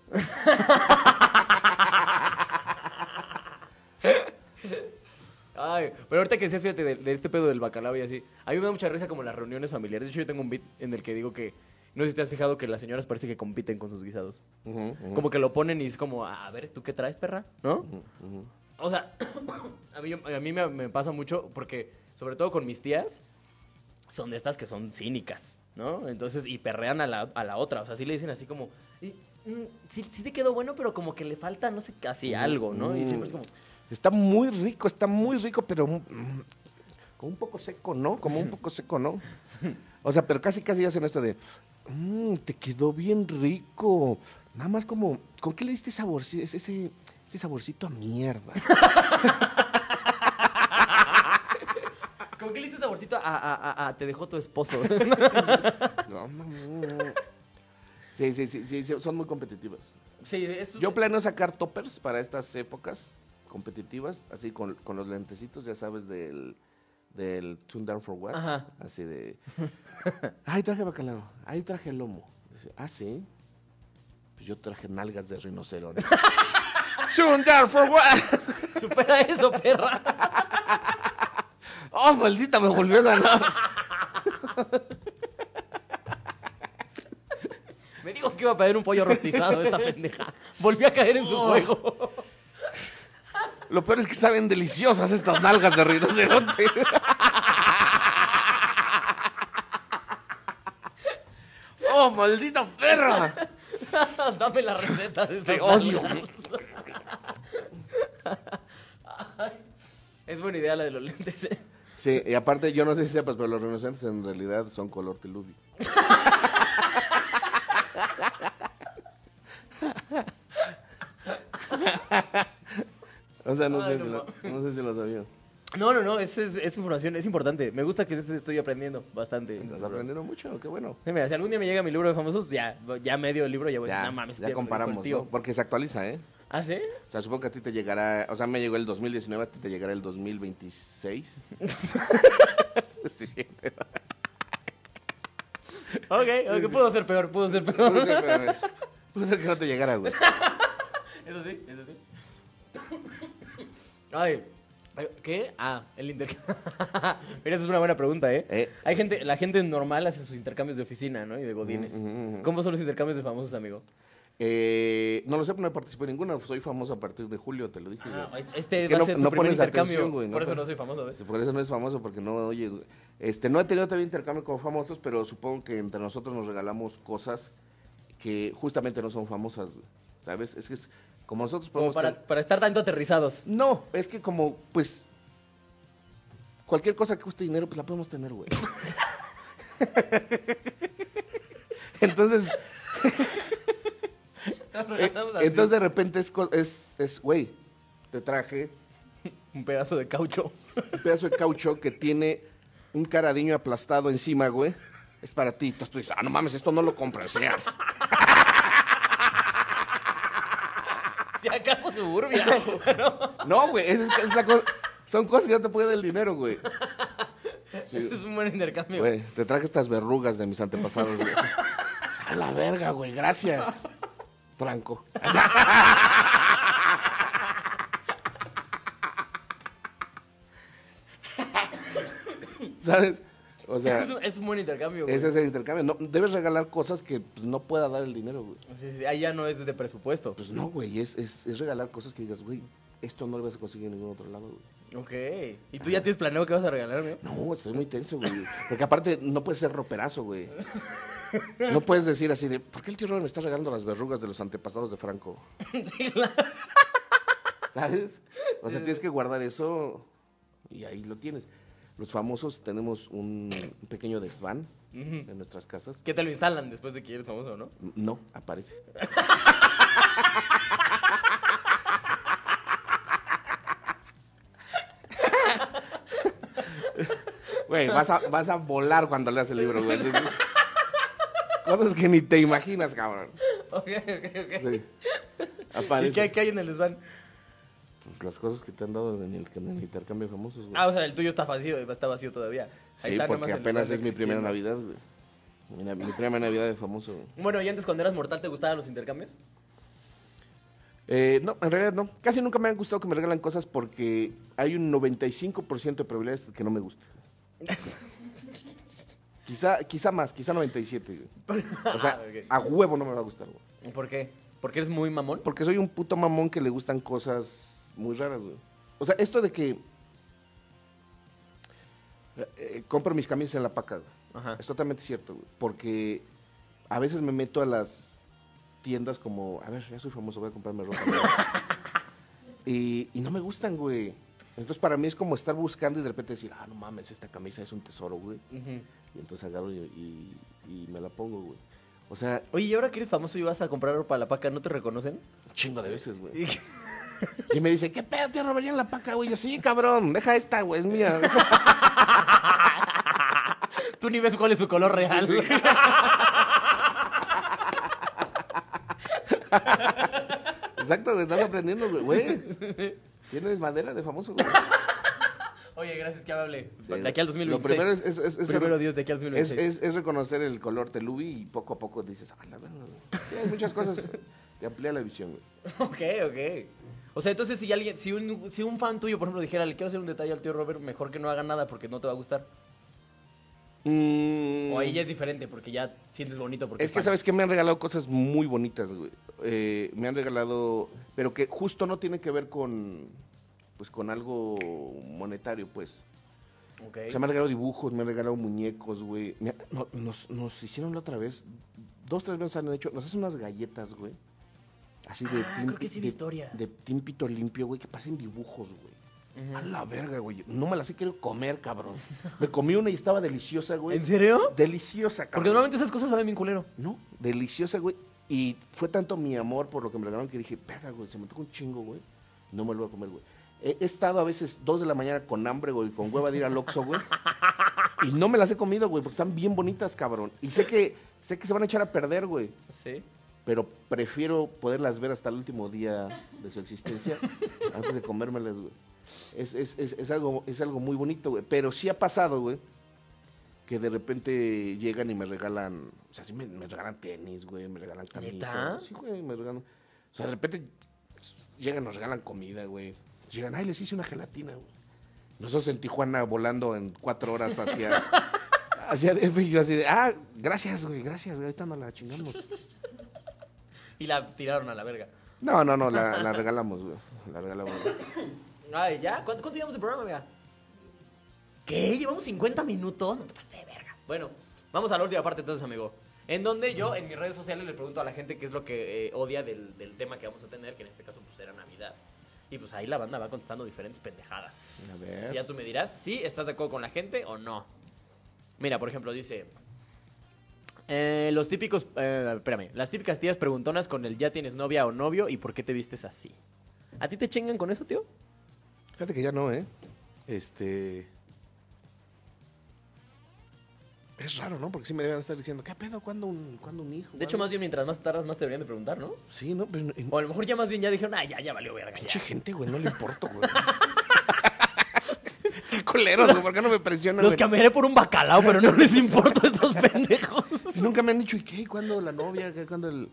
Speaker 1: Ay, pero ahorita que decías, fíjate, de, de este pedo del bacalao y así. A mí me da mucha risa como las reuniones familiares. De hecho, yo tengo un beat en el que digo que. No sé si te has fijado que las señoras parece que compiten con sus guisados.
Speaker 2: Ujú, ujú.
Speaker 1: Como que lo ponen y es como, "Ah, a ver, ¿tú qué traes, perra? ¿No? O sea, a mí, a mí me, me pasa mucho porque, sobre todo con mis tías, son de estas que son cínicas, ¿no? Entonces, y perrean a la, a la otra. O sea, sí le dicen así como, "Y, mm, sí, sí te quedó bueno, pero como que le falta, no sé, casi algo, ¿no? Y siempre es como,
Speaker 2: Está muy rico, está muy rico, pero mm, como un poco seco, ¿no? Como un poco seco, ¿no? O sea, pero casi, casi hacen esto de, "Mm, te quedó bien rico. Nada más como, ¿con qué le diste sabor? Sí, es- Ese, ese saborcito a mierda.
Speaker 1: ¿con qué "Ah, le diste saborcito a, a, a- a te dejó tu esposo?
Speaker 2: No, no, no, no. Sí, sí, sí, sí, sí, son muy competitivas.
Speaker 1: sí, es...
Speaker 2: Yo planeo sacar toppers para estas épocas competitivas, así con, con los lentecitos, ya sabes, del, del Tune Down for What.
Speaker 1: Ajá.
Speaker 2: Así de. Ay, traje bacalao. Ay, traje lomo. Dice, ah, sí. Pues yo traje nalgas de rinoceronte. Tune Down for What.
Speaker 1: Supera eso, perra.
Speaker 2: Oh, maldita, me volvió a ganar.
Speaker 1: Me dijo que iba a pedir un pollo rostizado esta pendeja. Volví a caer en su
Speaker 2: Oh.
Speaker 1: juego.
Speaker 2: Lo peor es que saben deliciosas estas nalgas de rinoceronte. ¡Oh, maldita perra!
Speaker 1: Dame la receta de estas
Speaker 2: Te odio.
Speaker 1: nalgas. Es buena idea la de los lentes. ¿eh?
Speaker 2: Sí, y aparte, yo no sé si sepas, pero los rinocerontes en realidad son color telubi. O sea, no,
Speaker 1: Ay, no
Speaker 2: sé, si lo, no sé si lo sabía.
Speaker 1: No, no, no, es, es- es información, es importante. Me gusta que de este estoy aprendiendo bastante.
Speaker 2: Estás aprendiendo Pues, mucho, qué bueno.
Speaker 1: Sí, mira, si algún día me llega mi libro de famosos, ya, ya medio libro, ya voy a
Speaker 2: Ya,
Speaker 1: decir, no mames, este me lo
Speaker 2: ya
Speaker 1: dijo el
Speaker 2: comparamos,
Speaker 1: tío".
Speaker 2: ¿no? Porque se actualiza, ¿eh?
Speaker 1: ¿Ah, sí?
Speaker 2: O sea, supongo que a ti te llegará, o sea, me llegó el 2019, a ti te llegará el 2026. sí, sí.
Speaker 1: Ok, ok, pudo ser peor, pudo ser peor.
Speaker 2: Puede ser, pero, puede ser que no te llegara, güey.
Speaker 1: Eso sí, eso sí. Ay, ¿qué? Ah, el intercambio. Mira, esa es una buena pregunta, ¿eh?
Speaker 2: Eh.
Speaker 1: Hay gente, la gente normal hace sus intercambios de oficina, ¿no? Y de godines.
Speaker 2: Ujú, ujú, ujú.
Speaker 1: ¿Cómo son los intercambios de famosos, amigo?
Speaker 2: Eh, no lo sé, no participé en ninguna. Soy famoso a partir de julio, te lo dije.
Speaker 1: Ah,
Speaker 2: güey.
Speaker 1: este
Speaker 2: Es que
Speaker 1: va a
Speaker 2: no-
Speaker 1: ser tu
Speaker 2: no
Speaker 1: primer
Speaker 2: pones
Speaker 1: intercambio.
Speaker 2: atención, güey, no
Speaker 1: Por eso
Speaker 2: pones-
Speaker 1: no soy famoso, ¿ves?
Speaker 2: Por eso no es famoso, porque no oyes. güey. Este, no he tenido todavía intercambio con famosos, pero supongo que entre nosotros nos regalamos cosas que justamente no son famosas, güey, ¿sabes? Es que es, como nosotros
Speaker 1: Como
Speaker 2: podemos...
Speaker 1: para,
Speaker 2: tener-
Speaker 1: para estar tanto aterrizados.
Speaker 2: No, es que como, pues, cualquier cosa que cueste dinero, pues la podemos tener, güey. Entonces, eh, entonces de repente es, co- es, es, güey, te traje
Speaker 1: Un pedazo de caucho.
Speaker 2: un pedazo de caucho que tiene un caradiño aplastado encima, güey. Es para ti. Entonces tú dices, ah, no mames, esto no lo compras, seas.
Speaker 1: Si acaso suburbia.
Speaker 2: No, güey, es, es la cosa- Son cosas que no te puede dar el dinero, güey.
Speaker 1: Ese es un buen intercambio.
Speaker 2: Güey, te traje estas verrugas de mis antepasados, güey. A la verga, güey, gracias. Franco. ¿Sabes? O sea,
Speaker 1: Es, un, es un buen intercambio, güey.
Speaker 2: ese es el intercambio. No, debes regalar cosas que pues, no pueda dar el dinero, güey.
Speaker 1: Sí, sí, ahí ya no es de presupuesto.
Speaker 2: Pues no, güey, es, es, es regalar cosas que digas, güey, esto no lo vas a conseguir en ningún otro lado, güey.
Speaker 1: Ok. ¿Y tú ya tienes planeado qué vas a regalarme?
Speaker 2: No, estoy muy tenso, güey. Porque aparte no puedes ser roperazo, güey. No puedes decir así de, ¿por qué el tío Robert me está regalando las verrugas de los antepasados de Franco?
Speaker 1: Sí, claro.
Speaker 2: ¿Sabes? O sea, tienes que guardar eso y ahí lo tienes. Los famosos tenemos un un pequeño desván en nuestras casas.
Speaker 1: ¿Qué te lo instalan después de que eres famoso, no?
Speaker 2: No, aparece. Güey, vas a, vas a volar cuando leas el libro, güey. Cosas que ni te imaginas, cabrón.
Speaker 1: Ok, ok, ok.
Speaker 2: Sí.
Speaker 1: ¿Y qué,
Speaker 2: Aparece.
Speaker 1: qué hay en el desván?
Speaker 2: Pues las cosas que te han dado en el, en el intercambio de famosos, güey.
Speaker 1: Ah, o sea, el tuyo está vacío, está vacío todavía.
Speaker 2: sí,
Speaker 1: está nomás
Speaker 2: porque
Speaker 1: el
Speaker 2: apenas es
Speaker 1: desván
Speaker 2: mi primera
Speaker 1: existiendo.
Speaker 2: Navidad, güey. Mira, Mi, primera Navidad de famoso, güey.
Speaker 1: Bueno, ¿y antes cuando eras mortal te gustaban los intercambios?
Speaker 2: Eh, no, en realidad no. Casi nunca me han gustado que me regalan cosas porque hay un 95% de probabilidades de que no me guste. quizá, quizá más, quizá 97. güey. O sea,
Speaker 1: Ah, ok.
Speaker 2: a huevo no me va a gustar, güey.
Speaker 1: ¿Por qué? ¿Porque eres muy mamón?
Speaker 2: Porque soy un puto mamón que le gustan cosas muy raras, güey. O sea, esto de que eh, compro mis camisas en la paca, güey.
Speaker 1: Ajá.
Speaker 2: Es totalmente cierto, güey. Porque a veces me meto a las tiendas como, a ver, ya soy famoso, voy a comprarme ropa. güey. y, y no me gustan, güey. Entonces para mí es como estar buscando y de repente decir, ah, no mames, esta camisa es un tesoro, güey.
Speaker 1: Ujú.
Speaker 2: Y entonces agarro y, y- y me la pongo, güey. O sea,
Speaker 1: Oye, y ahora que eres famoso y vas a comprar ropa a la paca, ¿no te reconocen?
Speaker 2: un chingo de veces, güey.
Speaker 1: ¿Y qué-
Speaker 2: Y me dice, ¿qué pedo, tío Robert? Ya en la paca, güey. Yo, sí, cabrón, deja esta, güey, es mía.
Speaker 1: Tú ni ves cuál es su color real.
Speaker 2: Exacto, güey, estás aprendiendo, güey. güey. Tienes madera de famoso, güey.
Speaker 1: Oye, gracias, que amable.
Speaker 2: Sí,
Speaker 1: de aquí al 2026.
Speaker 2: Lo primero es, es, es, es-
Speaker 1: Primero Dios, de aquí al
Speaker 2: es,
Speaker 1: 2026.
Speaker 2: es- es reconocer el color telubi y poco a poco dices, ah, la verdad, güey. Sí, hay muchas cosas que amplía la visión, güey.
Speaker 1: Ok, ok. O sea, entonces si alguien, si un, si un fan tuyo, por ejemplo, dijera, le quiero hacer un detalle al tío Robert, mejor que no haga nada porque no te va a gustar.
Speaker 2: Mm,
Speaker 1: O ahí ya es diferente porque ya sientes bonito porque
Speaker 2: es que,
Speaker 1: fan.
Speaker 2: ¿sabes que Me han regalado cosas muy bonitas, güey. Eh, me han regalado, pero que justo no tiene que ver con, pues, con algo monetario, pues.
Speaker 1: Ok.
Speaker 2: O sea, me han regalado dibujos, me han regalado muñecos, güey. Me ha- no- nos, nos hicieron la otra vez, dos, tres veces han hecho, nos hacen unas galletas, güey. Así de
Speaker 1: Ah,
Speaker 2: tin-
Speaker 1: creo que sí vi
Speaker 2: de-
Speaker 1: historias.
Speaker 2: De tímpito limpio, güey, que pasen dibujos, güey. A la verga, güey. No me las he querido comer, cabrón. Me comí una y estaba deliciosa, güey.
Speaker 1: ¿En serio?
Speaker 2: Deliciosa, cabrón.
Speaker 1: Porque normalmente esas cosas saben bien culero.
Speaker 2: No, deliciosa, güey. Y fue tanto mi amor por lo que me regalaron que dije, verga, güey, se me tocó un chingo, güey. No me lo voy a comer, güey. He, he estado a veces dos de la mañana con hambre, güey, con hueva de ir al Oxxo, güey. Y no me las he comido, güey, porque están bien bonitas, cabrón. Y sé que, sé que se van a echar a perder, güey.
Speaker 1: Sí.
Speaker 2: Pero prefiero poderlas ver hasta el último día de su existencia antes de comérmelas, güey. Es, es- es- es algo, es algo muy bonito, güey. Pero sí ha pasado, güey, que de repente llegan y me regalan, o sea, sí me, me regalan tenis, güey, me regalan camisas.
Speaker 1: ¿Neta?
Speaker 2: Sí, güey, me regalan. O sea, de repente llegan, nos regalan comida, güey. Llegan, ay, les hice una gelatina, güey. Nosotros en Tijuana volando en cuatro horas hacia, hacia DF y yo así de, ah, gracias, güey, gracias, güey, ahorita nos la chingamos.
Speaker 1: Y la tiraron a la verga.
Speaker 2: No, no, no, la, la regalamos, güey. La regalamos.
Speaker 1: Ay, ¿ya? ¿Cuánto, cuánto llevamos de programa, amiga? ¿Qué? ¿Llevamos 50 minutos? No te pases de verga. Bueno, vamos a la última parte entonces, amigo. En donde yo, en mis redes sociales, le pregunto a la gente qué es lo que eh, odia del, del tema que vamos a tener, que en este caso pues era Navidad. Y pues ahí la banda va contestando diferentes pendejadas.
Speaker 2: A ver.
Speaker 1: Ya tú me dirás si estás de acuerdo con la gente o no. Mira, por ejemplo, dice... eh, los típicos... eh, espérame. Las típicas tías preguntonas con el ya tienes novia o novio y por qué te vistes así. ¿A ti te chingan con eso, tío?
Speaker 2: Fíjate que ya no, ¿eh? Este. Es raro, ¿no? Porque sí me deben estar diciendo, ¿qué pedo? ¿Cuándo un, ¿cuándo un hijo?
Speaker 1: De hecho, más bien mientras más tardas, más te deberían de preguntar, ¿no?
Speaker 2: Sí, ¿no? Pero, no- y-
Speaker 1: O a lo mejor ya más bien ya dijeron, ah, ya, ya valió verga. ya".
Speaker 2: Pinche gente, güey, no le importo, güey. Qué culeros, güey, ¿por qué no me presionan?
Speaker 1: Los
Speaker 2: güey?
Speaker 1: cambiaré por un bacalao, pero no les importa a estos pendejos.
Speaker 2: Si nunca me han dicho, ¿y qué? ¿Cuándo la novia? ¿Qué? ¿Cuándo el.?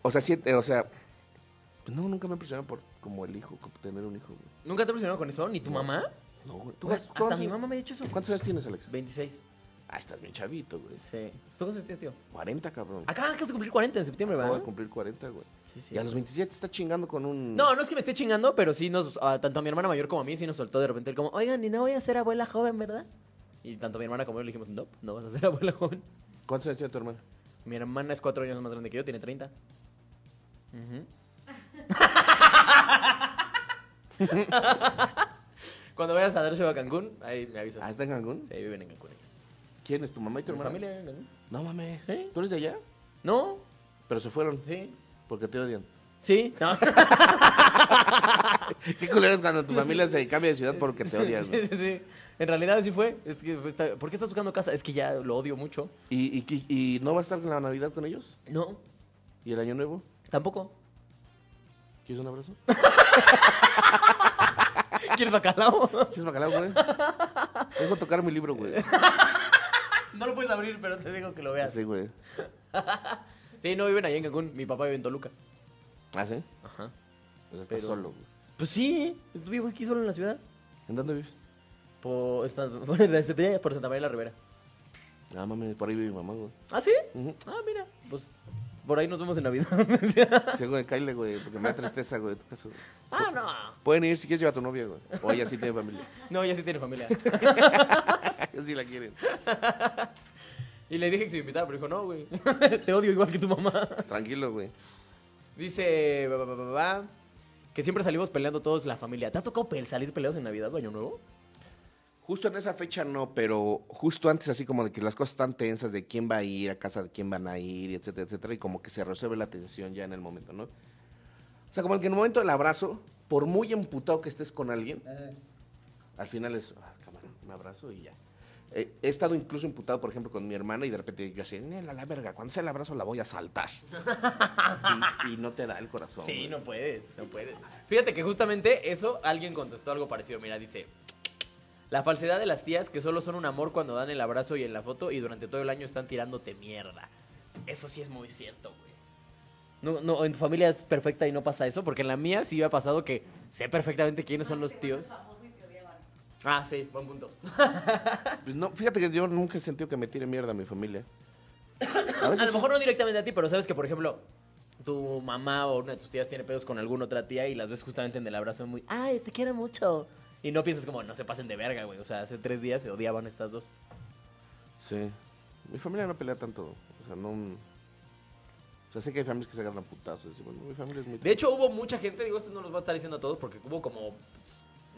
Speaker 2: O sea, siete, o sea. pues no, nunca me han presionado por como el hijo, como tener un hijo, güey.
Speaker 1: ¿Nunca te presionaron con eso? ¿Ni tu mamá?
Speaker 2: No, güey.
Speaker 1: ¿Tú, Pues, hasta
Speaker 2: cuántos-
Speaker 1: mi mamá me ha dicho eso.
Speaker 2: ¿Cuántos años tienes, Alex?
Speaker 1: 26.
Speaker 2: Ah, estás bien chavito, güey.
Speaker 1: Sí. ¿Tú cuántos años tienes, tío?
Speaker 2: 40, cabrón.
Speaker 1: Acá acabas de cumplir 40 en septiembre,
Speaker 2: Acabo de
Speaker 1: ¿verdad?
Speaker 2: cumplir 40, güey.
Speaker 1: Ah, Sí, sí.
Speaker 2: Y a los 27 está chingando con un.
Speaker 1: No, no es que me esté chingando, pero sí nos, a- tanto a mi hermana mayor como a mí, sí nos soltó de repente el como, oigan, y no voy a ser abuela joven, ¿verdad? Y tanto a mi hermana como yo le dijimos, no, no vas a ser abuela joven.
Speaker 2: ¿Cuántos años tiene tu hermana?
Speaker 1: Mi hermana es cuatro años más grande que yo, tiene 30. Ujú. Cuando vayas a dar show a Cancún, ahí me avisas.
Speaker 2: Ah, está en Cancún.
Speaker 1: Sí, viven en Cancún ellos.
Speaker 2: ¿Quién es tu mamá y tu
Speaker 1: ¿Mi
Speaker 2: hermana?
Speaker 1: familia vive en Cancún?
Speaker 2: No mames.
Speaker 1: Sí.
Speaker 2: ¿Tú eres de allá?
Speaker 1: No,
Speaker 2: Pero se fueron.
Speaker 1: sí.
Speaker 2: Porque te odian.
Speaker 1: Sí, no.
Speaker 2: Qué culero es cuando tu familia se cambia de ciudad porque te odian,
Speaker 1: sí,
Speaker 2: güey.
Speaker 1: sí, sí. En realidad sí fue. Es que fue esta- ¿Por qué estás buscando casa? Es que ya lo odio mucho.
Speaker 2: ¿Y, y, y- y no va a estar en la Navidad con ellos?
Speaker 1: No,
Speaker 2: ¿Y el Año Nuevo?
Speaker 1: tampoco.
Speaker 2: ¿Quieres un abrazo?
Speaker 1: ¿Quieres bacalao?
Speaker 2: ¿Quieres bacalao, güey? Dejo tocar mi libro, güey.
Speaker 1: no lo puedes abrir, pero te digo que lo veas.
Speaker 2: Sí, güey.
Speaker 1: Sí, no viven allá en Cancún. Mi papá vive en Toluca.
Speaker 2: ¿Ah, sí?
Speaker 1: Ajá.
Speaker 2: Pues estás
Speaker 1: Pero-
Speaker 2: solo, güey.
Speaker 1: Pues sí, vivo aquí solo en la ciudad.
Speaker 2: ¿En dónde vives?
Speaker 1: Por, esta- por Santa María la Rivera.
Speaker 2: Ah, mames, por ahí vive mi mamá, güey.
Speaker 1: ¿Ah, sí?
Speaker 2: Ujú.
Speaker 1: Ah, mira. Pues por ahí nos vemos en Navidad.
Speaker 2: Sí, güey, cállate, güey, porque me da tristeza, güey. tu caso, güey.
Speaker 1: ah, no.
Speaker 2: Pueden ir si quieres llevar a tu novia, güey. O ella sí tiene familia.
Speaker 1: No, ya sí tiene familia.
Speaker 2: si la quieren.
Speaker 1: Y le dije que se me invitara, pero dijo, no, güey. Te odio igual que tu mamá.
Speaker 2: Tranquilo, güey.
Speaker 1: Dice, ba, ba, ba, ba, ba, que siempre salimos peleando todos la familia. ¿Te ha tocado pe- salir peleados en Navidad o Año Nuevo?
Speaker 2: Justo en esa fecha no, pero justo antes así como de que las cosas están tensas de quién va a ir, a casa de quién van a ir, etcétera, etcétera, y como que se resuelve la tensión ya en el momento, ¿no? O sea, como que en el momento del abrazo, por muy emputado que estés con alguien,
Speaker 1: Eh.
Speaker 2: al final es, ah, cabrón, un abrazo y ya. Eh, he estado incluso emputado, por ejemplo, con mi hermana y de repente yo así, "Nel, a la verga, cuando sea el abrazo la voy a saltar. y, y no te da el corazón.
Speaker 1: Sí,
Speaker 2: güey.
Speaker 1: no puedes, no puedes. Fíjate que justamente eso alguien contestó algo parecido. Mira, dice, la falsedad de las tías que solo son un amor cuando dan el abrazo y en la foto y durante todo el año están tirándote mierda. Eso sí es muy cierto, güey. No, no, en tu familia es perfecta y no pasa eso, porque en la mía sí ha pasado que sé perfectamente quiénes son los tíos. Ah, sí, buen punto.
Speaker 2: Pues no, fíjate que yo nunca he sentido que me tire mierda a mi familia. A,
Speaker 1: A
Speaker 2: veces
Speaker 1: lo mejor no directamente a ti, pero sabes que, por ejemplo, tu mamá o una de tus tías tiene pedos con alguna otra tía y las ves justamente en el abrazo muy, ay, te quiero mucho. Y no piensas como, no se pasen de verga, güey. O sea, hace tres días se odiaban estas dos.
Speaker 2: Sí. Mi familia no pelea tanto. O sea, no. O sea, sé que hay familias que se agarran a putazos. y bueno, mi familia es muy.
Speaker 1: De hecho, hubo mucha gente, digo, esto no los voy a estar diciendo a todos, porque hubo como,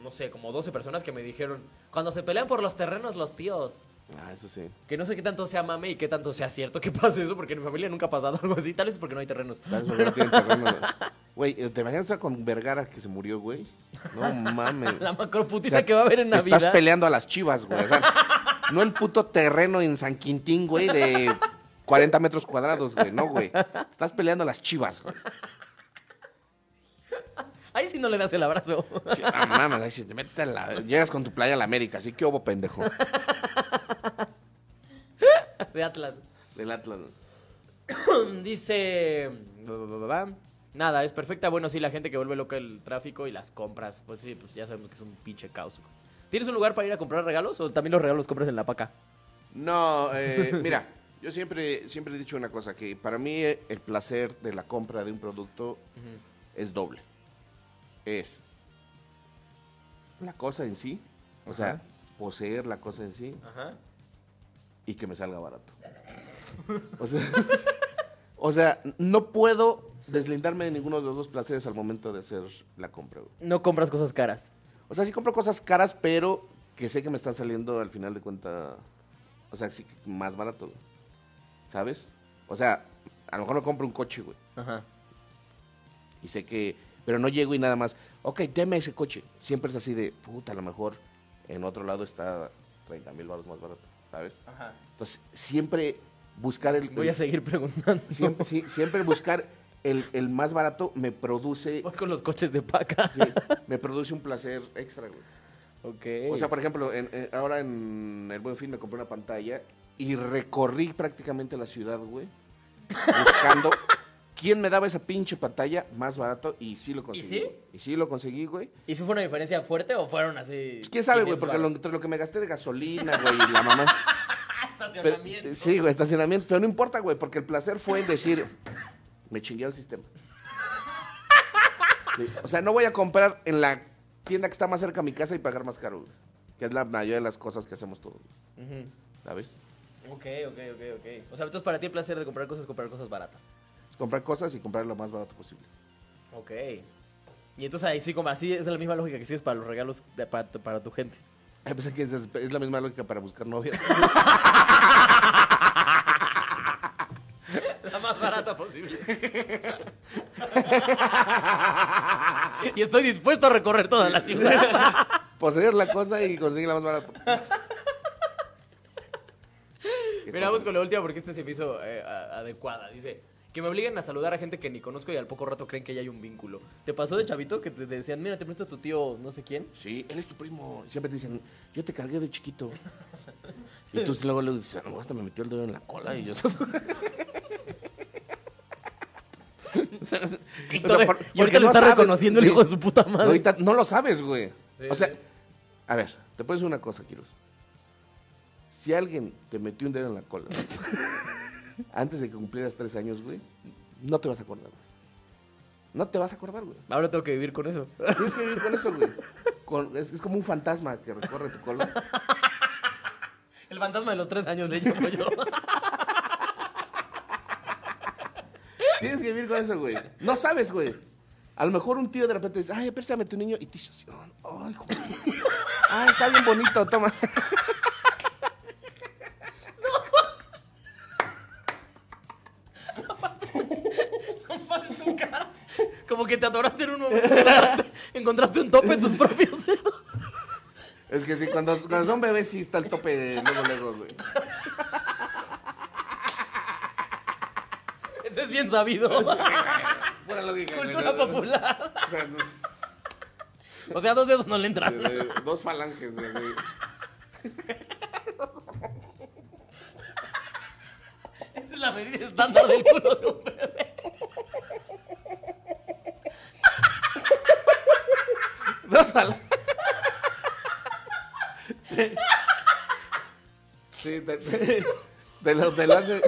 Speaker 1: no sé, como 12 personas que me dijeron, cuando se pelean por los terrenos los tíos.
Speaker 2: Ah, eso sí.
Speaker 1: Que no sé qué tanto sea mame y qué tanto sea cierto que pase eso, porque en mi familia nunca ha pasado algo así. Tal vez es porque no hay terrenos.
Speaker 2: Tal vez porque no tienen terreno. Güey, eh, ¿te imaginas estar con Vergara que se murió, güey? No mames.
Speaker 1: La
Speaker 2: O
Speaker 1: macroputiza
Speaker 2: sea,
Speaker 1: que va a haber en
Speaker 2: te
Speaker 1: Navidad.
Speaker 2: Estás peleando a las chivas, güey. o sea, no el puto terreno en San Quintín, güey, de 40 metros cuadrados, güey. No, güey. Estás peleando a las chivas, güey.
Speaker 1: Ahí sí no le das el abrazo.
Speaker 2: Sí, no mames, ahí sí, te metes a la- llegas con tu playa a la América, así que hubo pendejo.
Speaker 1: De Atlas.
Speaker 2: Del Atlas.
Speaker 1: Dice. Nada, es perfecta. Bueno, sí, la gente que vuelve loca el tráfico y las compras. Pues sí, pues ya sabemos que es un pinche caos. ¿Tienes un lugar para ir a comprar regalos o también los regalos los compras en la paca?
Speaker 2: No, eh, mira, yo siempre, siempre he dicho una cosa, que para mí eh, el placer de la compra de un producto es doble. Es la cosa en sí, o sea, poseer la cosa en sí
Speaker 1: Ajá.
Speaker 2: y que me salga barato. O sea, o sea, no puedo deslindarme de ninguno de los dos placeres al momento de hacer la compra. güey.
Speaker 1: No compras cosas caras.
Speaker 2: O sea, sí compro cosas caras, pero que sé que me están saliendo al final de cuenta. O sea, sí que más barato, güey. ¿Sabes? O sea, a lo mejor no compro un coche, güey.
Speaker 1: Ajá.
Speaker 2: Y sé que. Pero no llego y nada más. Ok, deme ese coche. Siempre es así de. Puta, a lo mejor en otro lado está 30 mil baros más barato. ¿Sabes?
Speaker 1: Ajá.
Speaker 2: Entonces, siempre buscar el.
Speaker 1: Voy a
Speaker 2: el-
Speaker 1: seguir preguntando.
Speaker 2: Siempre, sí, siempre buscar el, el más barato me produce.
Speaker 1: Voy con los coches de paca.
Speaker 2: sí, me produce un placer extra, güey.
Speaker 1: Ok.
Speaker 2: O sea, por ejemplo, en- en- ahora en el Buen Fin me compré una pantalla y recorrí prácticamente la ciudad, güey, buscando quién me daba esa pinche pantalla más barato y sí lo conseguí.
Speaker 1: sí?
Speaker 2: güey. Y sí lo conseguí, güey. Pues,
Speaker 1: ¿Y si fue una diferencia fuerte o fueron así?
Speaker 2: ¿Quién sabe, güey?
Speaker 1: 500
Speaker 2: Porque lo,
Speaker 1: varos?
Speaker 2: entre lo que me gasté de gasolina, güey, y la mamá. pero-
Speaker 1: Estacionamiento.
Speaker 2: sí, güey, estacionamiento. Pero no importa, güey, porque el placer fue en decir, me chingué al sistema. Sí, o sea, no voy a comprar en la tienda que está más cerca a mi casa y pagar más caro, güey, que es la mayoría de las cosas que hacemos todos,
Speaker 1: Ujú.
Speaker 2: güey, ¿sabes?
Speaker 1: Ok, ok, ok, ok. O sea, entonces para ti el placer de comprar cosas es comprar cosas baratas.
Speaker 2: Es comprar cosas y comprar lo más barato posible.
Speaker 1: Ok. Y entonces ahí sí, como así es la misma lógica que sigues para los regalos de- para, tu- para tu gente.
Speaker 2: Ay, pensé que es, es la misma lógica para buscar novia.
Speaker 1: La más barata posible. y estoy dispuesto a recorrer toda la ciudad.
Speaker 2: Poseer la cosa y conseguir la más barata. Qué
Speaker 1: Mira,
Speaker 2: cosa.
Speaker 1: vamos con la última porque esta se me hizo eh, a- adecuada. Dice que me obligan a saludar a gente que ni conozco y al poco rato creen que ya hay un vínculo. ¿Te pasó de chavito que te decían, mira, te presta tu tío no sé quién?
Speaker 2: Sí, él es tu primo. Siempre te dicen, yo te cargué de chiquito. Y tú luego le dices, "Ah, no, hasta me metió el dedo en la cola y yo... O sea, es-
Speaker 1: Y,
Speaker 2: o
Speaker 1: todo-
Speaker 2: sea, por-
Speaker 1: y ahorita lo
Speaker 2: porque no
Speaker 1: está
Speaker 2: sabes,
Speaker 1: reconociendo
Speaker 2: sí.
Speaker 1: el hijo de su puta
Speaker 2: No,
Speaker 1: madre.
Speaker 2: ahorita no lo sabes, güey.
Speaker 1: Sí,
Speaker 2: o sea,
Speaker 1: sí.
Speaker 2: a ver, te puedo decir una cosa, Kiros. Si alguien te metió un dedo en la cola antes de que cumplieras tres años, güey, no te vas a acordar, güey. No te vas a acordar, güey.
Speaker 1: Ahora tengo que vivir con eso.
Speaker 2: Tienes que vivir con eso, güey. Con- es, es como un fantasma que recorre tu cola.
Speaker 1: El fantasma de los tres años le llamo yo.
Speaker 2: Tienes que vivir con eso, güey. No sabes, güey. A lo mejor un tío de repente dice, ay, préstame tu niño. Y te dice, ay, joder. Ay, está bien bonito, toma.
Speaker 1: Como que te atoraste en un momento. Encontraste, encontraste un tope en tus propios dedos.
Speaker 2: Es que sí, cuando, cuando son bebés sí está el tope de luego, luego, güey.
Speaker 1: Eso es bien sabido.
Speaker 2: Pura lógica. güey.
Speaker 1: Cultura popular.
Speaker 2: O sea, no sé,
Speaker 1: O sea, dos dedos no le entran.
Speaker 2: de- dos falanges, güey. güey.
Speaker 1: Esa es la medida estándar del culo de un bebé.
Speaker 2: Dos falanges. Sí, te, te, te lo, te lo hace.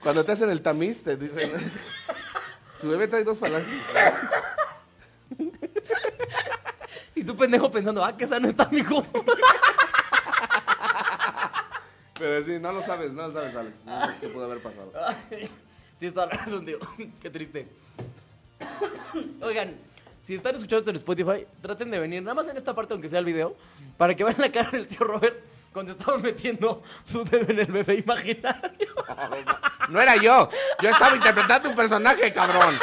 Speaker 2: Cuando te hacen el tamiz, te dicen. Su bebé trae dos falanges.
Speaker 1: Y tú pendejo pensando, ah, que esa no está, mijo.
Speaker 2: Pero sí, no lo sabes, no lo sabes, Alex. No sabes qué pudo haber pasado.
Speaker 1: Ay, Tienes toda la razón, tío. Qué triste. Oigan, si están escuchando esto en Spotify, traten de venir, nada más en esta parte, aunque sea el video, para que vean la cara del tío Robert cuando estaba metiendo su dedo en el bebé imaginario.
Speaker 2: No era yo. Yo estaba interpretando un personaje, cabrón.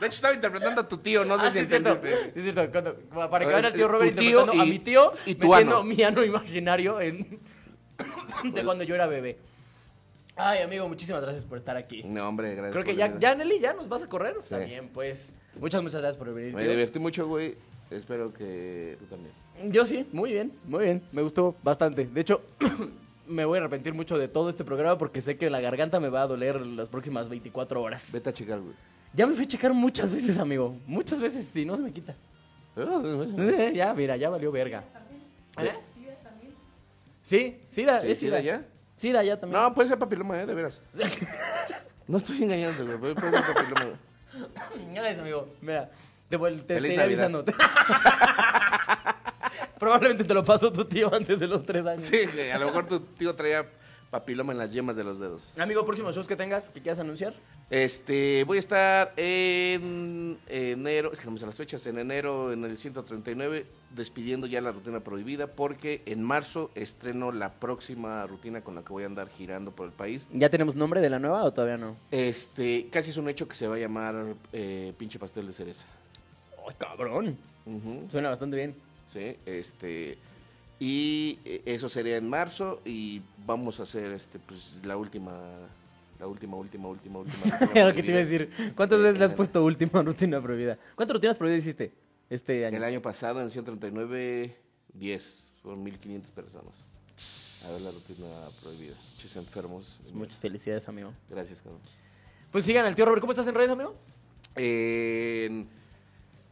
Speaker 2: De hecho, estaba interpretando a tu tío, no sé
Speaker 1: Ah, sí,
Speaker 2: si
Speaker 1: es cierto.
Speaker 2: entendiste.
Speaker 1: Sí, es cierto. Cuando- como para que
Speaker 2: Eh,
Speaker 1: vean al tío
Speaker 2: eh,
Speaker 1: Robert
Speaker 2: tu tío
Speaker 1: interpretando a
Speaker 2: y-
Speaker 1: mi tío
Speaker 2: y tu
Speaker 1: metiendo
Speaker 2: ano.
Speaker 1: mi ano imaginario en... de cuando yo era bebé. Ay, amigo, muchísimas gracias por estar aquí.
Speaker 2: No, hombre, gracias.
Speaker 1: Creo que
Speaker 2: por
Speaker 1: ya,
Speaker 2: venir.
Speaker 1: ya Nelly, ya nos vas a correr. Está
Speaker 2: Sí.
Speaker 1: bien, pues. Muchas, muchas gracias por venir.
Speaker 2: Me
Speaker 1: tío.
Speaker 2: divertí mucho, güey. Espero que tú también.
Speaker 1: Yo sí, muy bien, muy bien. Me gustó bastante. De hecho, me voy a arrepentir mucho de todo este programa porque sé que la garganta me va a doler las próximas 24 horas.
Speaker 2: Vete a checar, güey.
Speaker 1: Ya me fui a checar muchas veces, amigo. Muchas veces, si no se me quita. Eh, ya, mira, ya valió verga. ¿Eh? Sí, sí, da,
Speaker 2: ¿Sí,
Speaker 1: es
Speaker 2: sí
Speaker 1: sida.
Speaker 2: da ya?
Speaker 1: Sí, da ya también.
Speaker 2: No, puede ser papiloma, eh, de veras. No estoy engañando, güey. Puede puede ser papiloma. güey.
Speaker 1: Gracias, Ah, amigo. Mira, te, vuel- te,
Speaker 2: Feliz
Speaker 1: te iré
Speaker 2: Navidad.
Speaker 1: avisando. Probablemente te lo pasó tu tío antes de los tres años.
Speaker 2: Sí, güey. A lo mejor tu tío traía papiloma en las yemas de los dedos.
Speaker 1: Amigo, próximos shows que tengas, que quieras anunciar.
Speaker 2: Este, voy a estar en enero, es que no me sé las fechas, en enero en el 139, despidiendo ya la rutina prohibida, porque en marzo estreno la próxima rutina con la que voy a andar girando por el país.
Speaker 1: ¿Ya tenemos nombre de la nueva o todavía no?
Speaker 2: Este, casi es un hecho que se va a llamar eh, pinche pastel de cereza.
Speaker 1: ¡Ay, cabrón!
Speaker 2: Ujú,
Speaker 1: Suena bastante bien.
Speaker 2: sí, este, y eh, eso sería en marzo y vamos a hacer, este, pues, la última, la última, última, última, última. rutina
Speaker 1: Era lo que te iba
Speaker 2: prohibida.
Speaker 1: a decir. ¿Cuántas
Speaker 2: Eh,
Speaker 1: veces le has
Speaker 2: en-
Speaker 1: puesto última rutina prohibida? ¿Cuántas rutinas prohibidas hiciste este año?
Speaker 2: El año pasado, en el 139, 10. Fueron 1.500 personas. A ver la rutina prohibida. Muchos enfermos.
Speaker 1: Muchas felicidades, amigo.
Speaker 2: Gracias, cabrón.
Speaker 1: Pues sigan al tío Robert. ¿Cómo estás en redes, amigo?
Speaker 2: En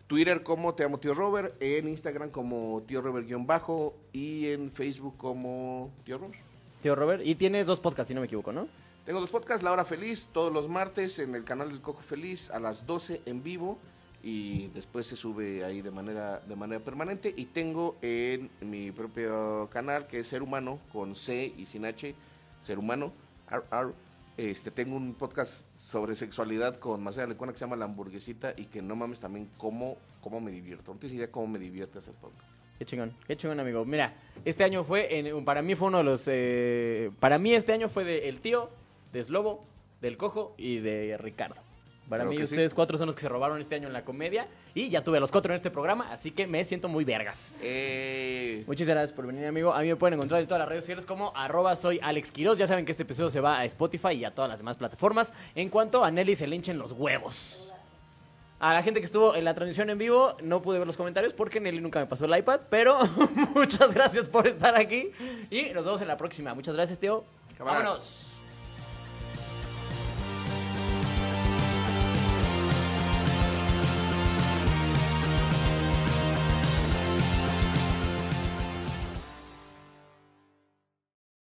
Speaker 2: Twitter como Te Amo Tío Robert. En Instagram como Tío Robert-bajo. Y en Facebook como Tío Robert.
Speaker 1: Tío Robert. Y tienes dos podcasts, si no me equivoco, ¿no?
Speaker 2: Tengo dos podcasts, La Hora Feliz, todos los martes en el canal del Coco Feliz a las 12 en vivo y después se sube ahí de manera, de manera permanente. Y tengo en mi propio canal que es Ser Humano con C y sin H, Ser Humano, ar, ar. Este, tengo un podcast sobre sexualidad con Marcela Lecuona que se llama La Hamburguesita y que no mames también cómo, cómo me divierto. No tienes idea cómo me divierte hacer podcast.
Speaker 1: Qué chingón, qué chingón, amigo. Mira, este año fue, en- para mí fue uno de los, eh, para mí este año fue de El Tío, de Slobo, del Cojo y de Ricardo. Para
Speaker 2: Claro
Speaker 1: mí
Speaker 2: que sí.
Speaker 1: ustedes cuatro son los que se robaron este año en la comedia y ya tuve a los cuatro en este programa, así que me siento muy vergas.
Speaker 2: Eh,
Speaker 1: Muchísimas gracias por venir, amigo. A mí me pueden encontrar en todas las redes sociales como arroba soy Alex Quiroz. Ya saben que este episodio se va a Spotify y a todas las demás plataformas. En cuanto a Nelly se le hinchen los huevos. A la gente que estuvo en la transmisión en vivo, no pude ver los comentarios porque Nelly nunca me pasó el iPad, pero muchas gracias por estar aquí y nos vemos en la próxima. Muchas gracias, tío.
Speaker 2: Cámaras.
Speaker 1: Vámonos.